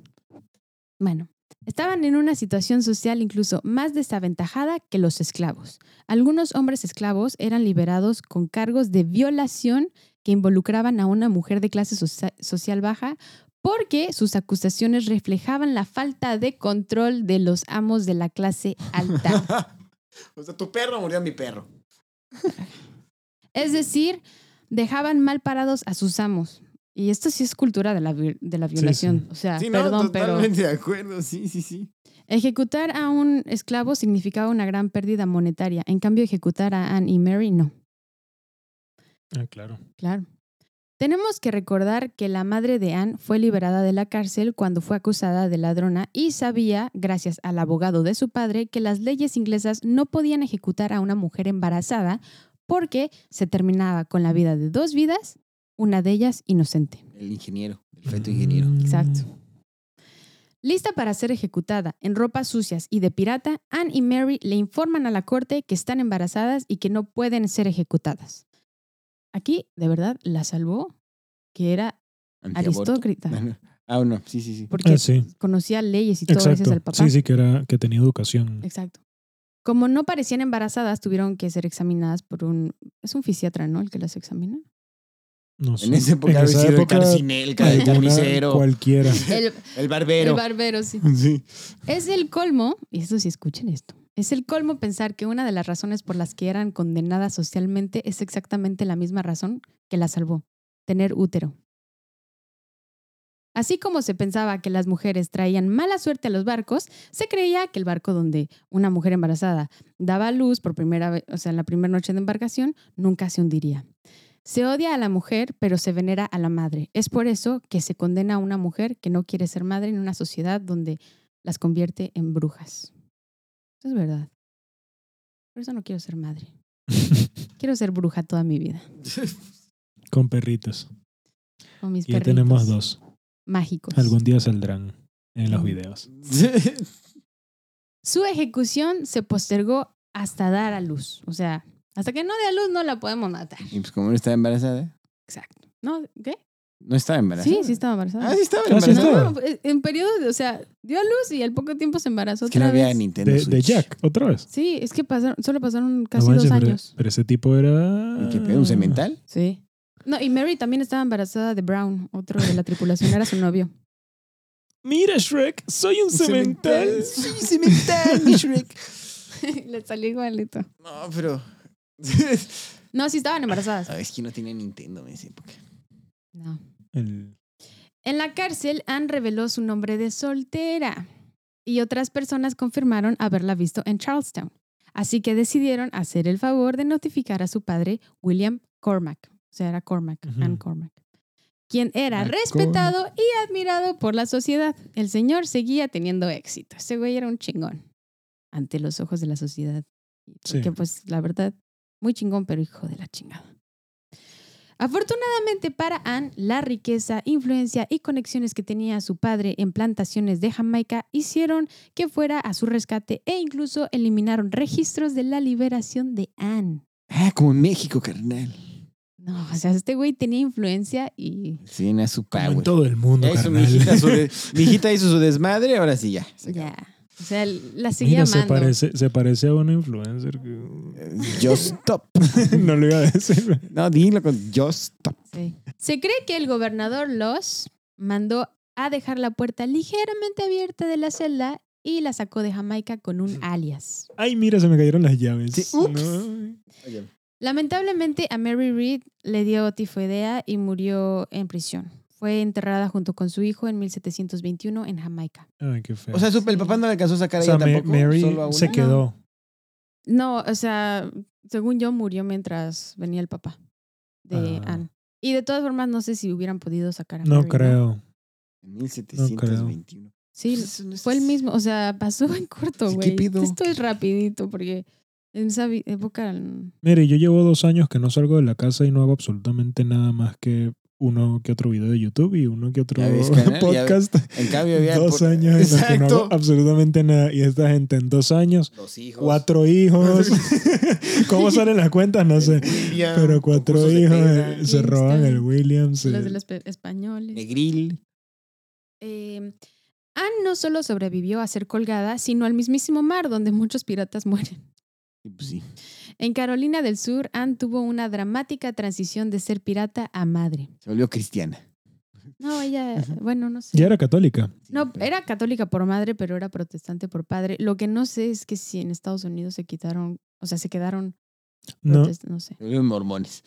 Bueno, estaban en una situación social incluso más desaventajada que los esclavos. Algunos hombres esclavos eran liberados con cargos de violación que involucraban a una mujer de clase socia- social baja porque sus acusaciones reflejaban la falta de control de los amos de la clase alta.
o sea, tu perro murió a mi perro.
Es decir, dejaban mal parados a sus amos. Y esto sí es cultura de la, vi- de la
Sí, sí.
violación. O sea,
Sí, no,
perdón, pero...
totalmente de acuerdo. Sí, sí, sí.
Ejecutar a un esclavo significaba una gran pérdida monetaria. En cambio, ejecutar a Anne y Mary no.
Ah, claro.
Claro. Tenemos que recordar que la madre de Anne fue liberada de la cárcel cuando fue acusada de ladrona y sabía, gracias al abogado de su padre, que las leyes inglesas no podían ejecutar a una mujer embarazada porque se terminaba con la vida de dos vidas, una de ellas inocente.
El ingeniero, el
Mm.
feto ingeniero.
Mm.
Exacto. Mm. Lista para ser ejecutada, en ropas sucias y de pirata, Anne y Mary le informan a la corte que están embarazadas y que no pueden ser ejecutadas. Aquí, de verdad, la salvó, que era
Antiaborto.
aristócrita,
Ah, no, sí, sí, sí.
porque
Ah, sí.
conocía leyes y todo gracias
Exacto.
al papá. Eh,
Sí, sí, que, era, que tenía educación.
Exacto. Como no parecían embarazadas, tuvieron que ser examinadas por un... Es un fisiatra, ¿no? El que las examina.
No sé.
En esa época
En
había
esa
sido el
época,
carcine, el, ca- el
alguna-
carnicero,
Cualquiera.
El,
el
el
barbero.
barbero, sí.
Sí.
Es el colmo, y esto sí escuchen esto, es el colmo pensar que una de las razones por las que eran condenadas socialmente es exactamente la misma razón que la salvó, tener útero. Así como se pensaba que las mujeres traían mala suerte a los barcos, se creía que el barco donde una mujer embarazada daba a luz por primera vez, o sea, en la primera noche de embarcación, nunca se hundiría. Se odia a la mujer, pero se venera a la madre. Es por eso que se condena a una mujer que no quiere ser madre en una sociedad donde las convierte en brujas. Eso es verdad. Por eso no quiero ser madre. Quiero ser bruja toda mi vida.
Con perritos.
Con mis
Ya
perritos
tenemos dos.
Mágicos.
Algún día saldrán en
Mm,
los videos.
Su ejecución se postergó hasta dar a luz. O sea, hasta que no dé a luz no la podemos matar.
Y pues como no estaba embarazada.
Exacto. ¿No? ¿Qué?
No estaba embarazada.
Sí, sí estaba embarazada.
Ah, sí estaba
Ah, sí
embarazada.
estaba.
No, es- en periodo, de- o sea, dio a luz y al poco tiempo se embarazó
Es que no
otra
había
vez.
Nintendo
De,
Switch.
de Jack, otra vez.
Sí, es que pasaron, solo pasaron
No
casi
manches,
dos
Ah, pero-
años.
Pero ese tipo era.
¿Qué pedo? ¿Un cemental?
Sí. No, y Mary también estaba embarazada de Brown, otro de la tripulación, era su novio.
Mira, Shrek, soy un cemental.
Sí, cemental, mi Shrek.
Le salió igualito.
No, pero.
No, sí estaban embarazadas.
Sabes que no tenía Nintendo en esa época.
No.
El-
En la cárcel, Anne reveló su nombre de soltera y otras personas confirmaron haberla visto en Charlestown. Así que decidieron hacer el favor de notificar a su padre, William Cormack. O sea, era Cormack,
Ujú.
Anne Cormack. Quien era
Ah,
respetado y admirado por la sociedad. El señor seguía teniendo éxito. Ese güey era un chingón ante los ojos de la sociedad.
Sí.
Que pues la verdad, muy chingón, pero hijo de la chingada. Afortunadamente para Anne, la riqueza, influencia y conexiones que tenía su padre en plantaciones de Jamaica hicieron que fuera a su rescate e incluso eliminaron registros de la liberación de Anne.
Ah, como en México, carnal.
No, o sea, este güey tenía influencia y
Sí, en su
como en
power.
todo el mundo,
Ya hizo mi
carnal.
hijita, su de- mi hijita hizo su desmadre, ahora sí ya. se acabó.
ya. O sea, la seguía
Mira, se
amando.
parece, se parece a una influencer. que-
Eh, Just stop.
no lo iba a decir.
No, dilo con just stop.
Sí. Se cree que el gobernador Los mandó a dejar la puerta ligeramente abierta de la celda y la sacó de Jamaica con un alias.
Ay, mira, se me cayeron las llaves.
Sí, ups.
No.
Lamentablemente a Mary Reed le dio tifoidea y murió en prisión. Fue enterrada junto con su hijo en 1721 en Jamaica.
Ay, qué feo.
O sea, su- el papá no le alcanzó a sacar
O
a
sea,
ella
Ma-
tampoco.
Mary
solo a una.
se quedó.
No, o sea, según yo murió mientras venía el papá de
Ah.
Anne. Y de todas formas no sé si hubieran podido sacar a
No,
Mary,
creo.
En 1721.
Sí,
Pues Eso no es-
Fue el mismo, o sea, pasó en corto,
Sí, ¿qué
güey.
pido?
Esto es rapidito porque en esa vi- época mm,
Mire, yo llevo dos años que no salgo de la casa y no hago absolutamente nada más que uno que otro video de YouTube y uno que otro
Ya ves, carnal, ya
podcast.
En cambio, había.
dos
por-
años en los que no hago
Exacto.
absolutamente nada. Y esta gente en dos años,
Los hijos.
cuatro hijos. ¿Cómo salen las cuentas? No sé.
William,
Pero cuatro
concursos de
hijos
peda,
eh, se roban el
Kingston,
Williams.
los
eh,
de los pe- españoles.
Negril.
Eh, Anne no solo sobrevivió a ser colgada, sino al mismísimo mar donde muchos piratas mueren.
Y pues sí.
En Carolina del Sur, Anne tuvo una dramática transición de ser pirata a madre.
Se volvió cristiana.
No, ella, bueno, no sé.
Ya era católica.
Sí,
No,
pero-
era católica por madre, pero era protestante por padre. Lo que no sé es que si en Estados Unidos se quitaron, o sea, se quedaron,
No.
protest- no sé.
Se volvieron mormones.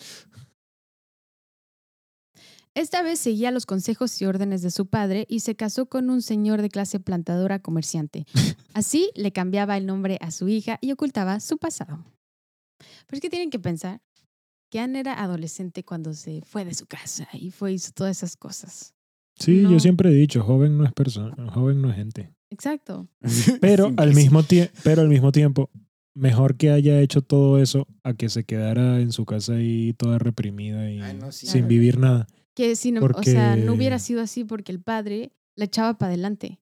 Esta vez seguía los consejos y órdenes de su padre y se casó con un señor de clase plantadora comerciante. Así le cambiaba el nombre a su hija y ocultaba su pasado. Pero es que tienen que pensar que Anne era adolescente cuando se fue de su casa y fue hizo todas esas cosas.
Sí,
No.
yo siempre he dicho, joven no es persona, joven no es gente.
Exacto.
Pero
Sí,
al
sí.
mismo tiempo, pero al mismo tiempo, mejor que haya hecho todo eso a que se quedara en su casa ahí toda reprimida y
Ah, no, sí.
sin
Claro.
vivir nada.
Que si no, o sea, no
Porque-
hubiera sido así porque el padre la echaba para adelante.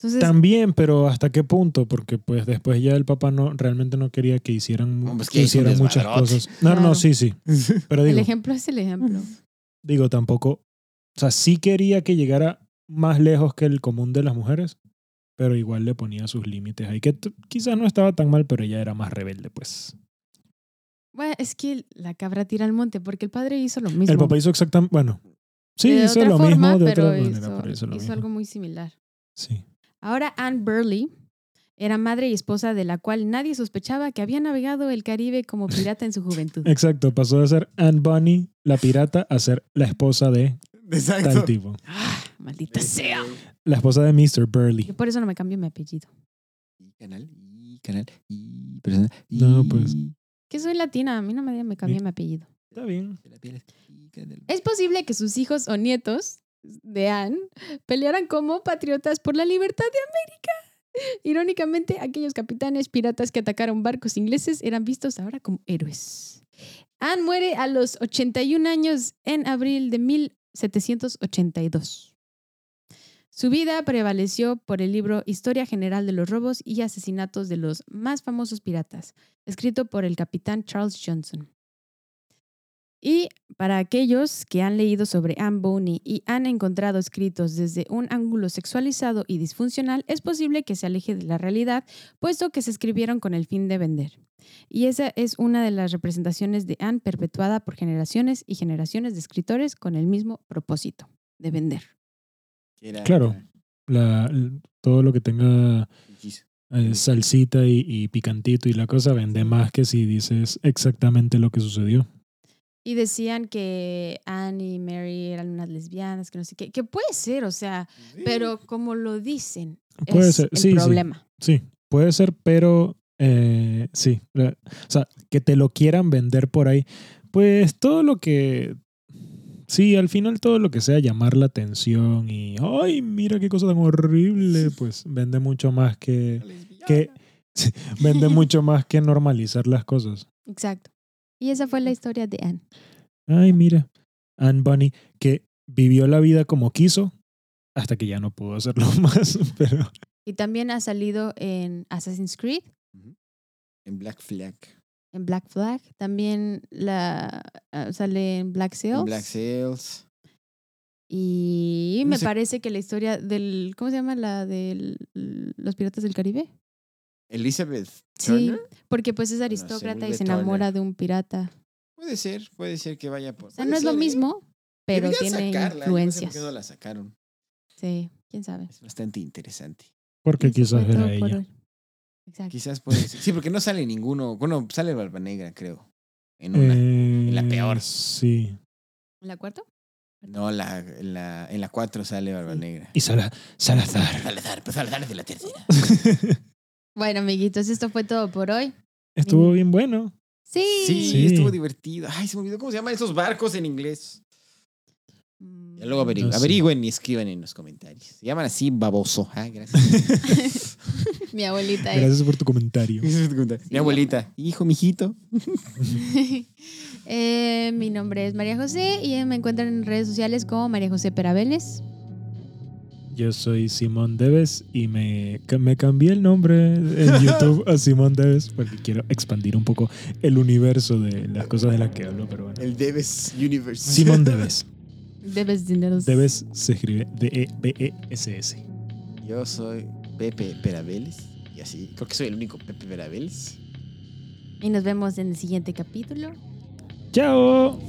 Entonces,
También, pero hasta qué punto, porque pues después ya el papá no realmente no quería que hicieran, mu-
No, pues,
que
que hizo un
hicieran muchas
desmadrote.
cosas. No, no,
Claro.
no, sí, sí. Pero
el
digo,
ejemplo es el ejemplo.
digo tampoco, o sea, sí quería que llegara más lejos que el común de las mujeres, pero igual le ponía sus límites ahí que t- quizás no estaba tan mal, pero ella era más rebelde, pues.
Bueno, es que la cabra tira al monte porque el padre hizo lo mismo.
El papá hizo exactamente, bueno, sí,
de
hizo
otra
lo
forma,
mismo de
pero
otra manera,
hizo,
pero hizo lo
hizo
mismo.
algo muy similar.
Sí.
Ahora Anne Burley era madre y esposa de la cual nadie sospechaba que había navegado el Caribe como pirata en su juventud.
Exacto, pasó de ser Anne Bunny, la pirata, a ser la esposa de
Exacto.
tal tipo.
Ah, maldita sea.
La esposa de Mr.
Yo
Burley.
por eso no me cambio mi apellido.
Y canal, y canal, y persona. y-
No, pues.
Que soy latina, a mí no me, me cambié mi apellido.
Está bien.
de la piel, y canal.
Es posible que sus hijos o nietos de Anne pelearan como patriotas por la libertad de América. Irónicamente, aquellos capitanes piratas que atacaron barcos ingleses eran vistos ahora como héroes. Anne muere a los 81 años en abril de 1782. Su vida prevaleció por el libro Historia General de los Robos y Asesinatos de los más famosos piratas, escrito por el capitán Charles Johnson. Y para aquellos que han leído sobre Anne Boney y han encontrado escritos desde un ángulo sexualizado y disfuncional, es posible que se aleje de la realidad, puesto que se escribieron con el fin de vender. Y esa es una de las representaciones de Anne perpetuada por generaciones y generaciones de escritores con el mismo propósito, de vender.
Era-
Claro. La, todo lo que tenga
Quiso.
eh, salsita y, y picantito y la cosa vende más que si dices exactamente lo que sucedió.
Y decían que Anne y Mary eran unas lesbianas, que no sé qué, que puede ser, o sea, pero como lo dicen,
Puede
es
ser,
el
sí, sí.
problema.
Sí, puede ser, pero eh, sí. la- O sea, que te lo quieran vender por ahí. Pues todo lo que. Sí, al final todo lo que sea llamar la atención y. ¡Ay, mira qué cosa tan horrible! Pues vende mucho más que. que vende mucho más que normalizar las cosas.
Exacto. Y esa fue la historia de Anne.
Ay, mira. Anne Bunny, que vivió la vida como quiso, hasta que ya no pudo hacerlo más, pero.
Y también ha salido en Assassin's Creed,
En Black Flag.
en Black Flag, también la ah, sale en Black
En
Sails.
Black Sales.
Y me
No sé-
parece que la historia del ¿cómo se llama? La de los piratas del Caribe.
Elizabeth
Sí,
Turner.
porque pues es aristócrata y
Will
se enamora
Turner.
de un pirata.
Puede ser, puede ser ¿eh? que vaya por.
O sea, no es lo mismo, pero tiene influencias.
No sé por qué no la sacaron.
Sí, quién sabe.
Es bastante interesante.
Porque
Y eso fue
quizás era
todo por
ella.
hoy. Exacto.
Quizás puede ser. Sí, porque no sale ninguno. Bueno, sale Barba Negra, creo. En una.
Eh,
la peor.
Sí.
¿La cuarta?
No, la, la, en la 4 sale Barba
Sí.
Negra.
Y Sala- Salazar.
Salazar, pues Salazar es de la tercera.
Bueno, amiguitos, esto fue todo por hoy.
Estuvo bien bueno.
Sí.
Sí,
Sí.
estuvo divertido. Ay, se me olvidó cómo se llaman esos barcos en inglés. Ya
Mm.
luego averigu-
No sé.
averigüen y escriban en los comentarios. Se llaman así baboso. Ah, gracias.
Mi abuelita es.
Gracias por tu comentario.
Esa es tu pregunta. Mi abuelita. Hijo, mijito.
Eh, mi nombre es María José y me encuentran en redes sociales como María José Perabeles.
Yo soy Simón Deves y me, ca- me cambié el nombre en YouTube a Simón Deves porque quiero expandir un poco el universo de las cosas de las que hablo, pero bueno.
El Deves Universe.
Simón Deves.
Debes dineros.
Deves se escribe E D-E-B-E-S-S.
Yo soy Pepe Perabeles. Y así. Creo que soy el único Pepe Perabeles.
Y nos vemos en el siguiente capítulo.
¡Chao!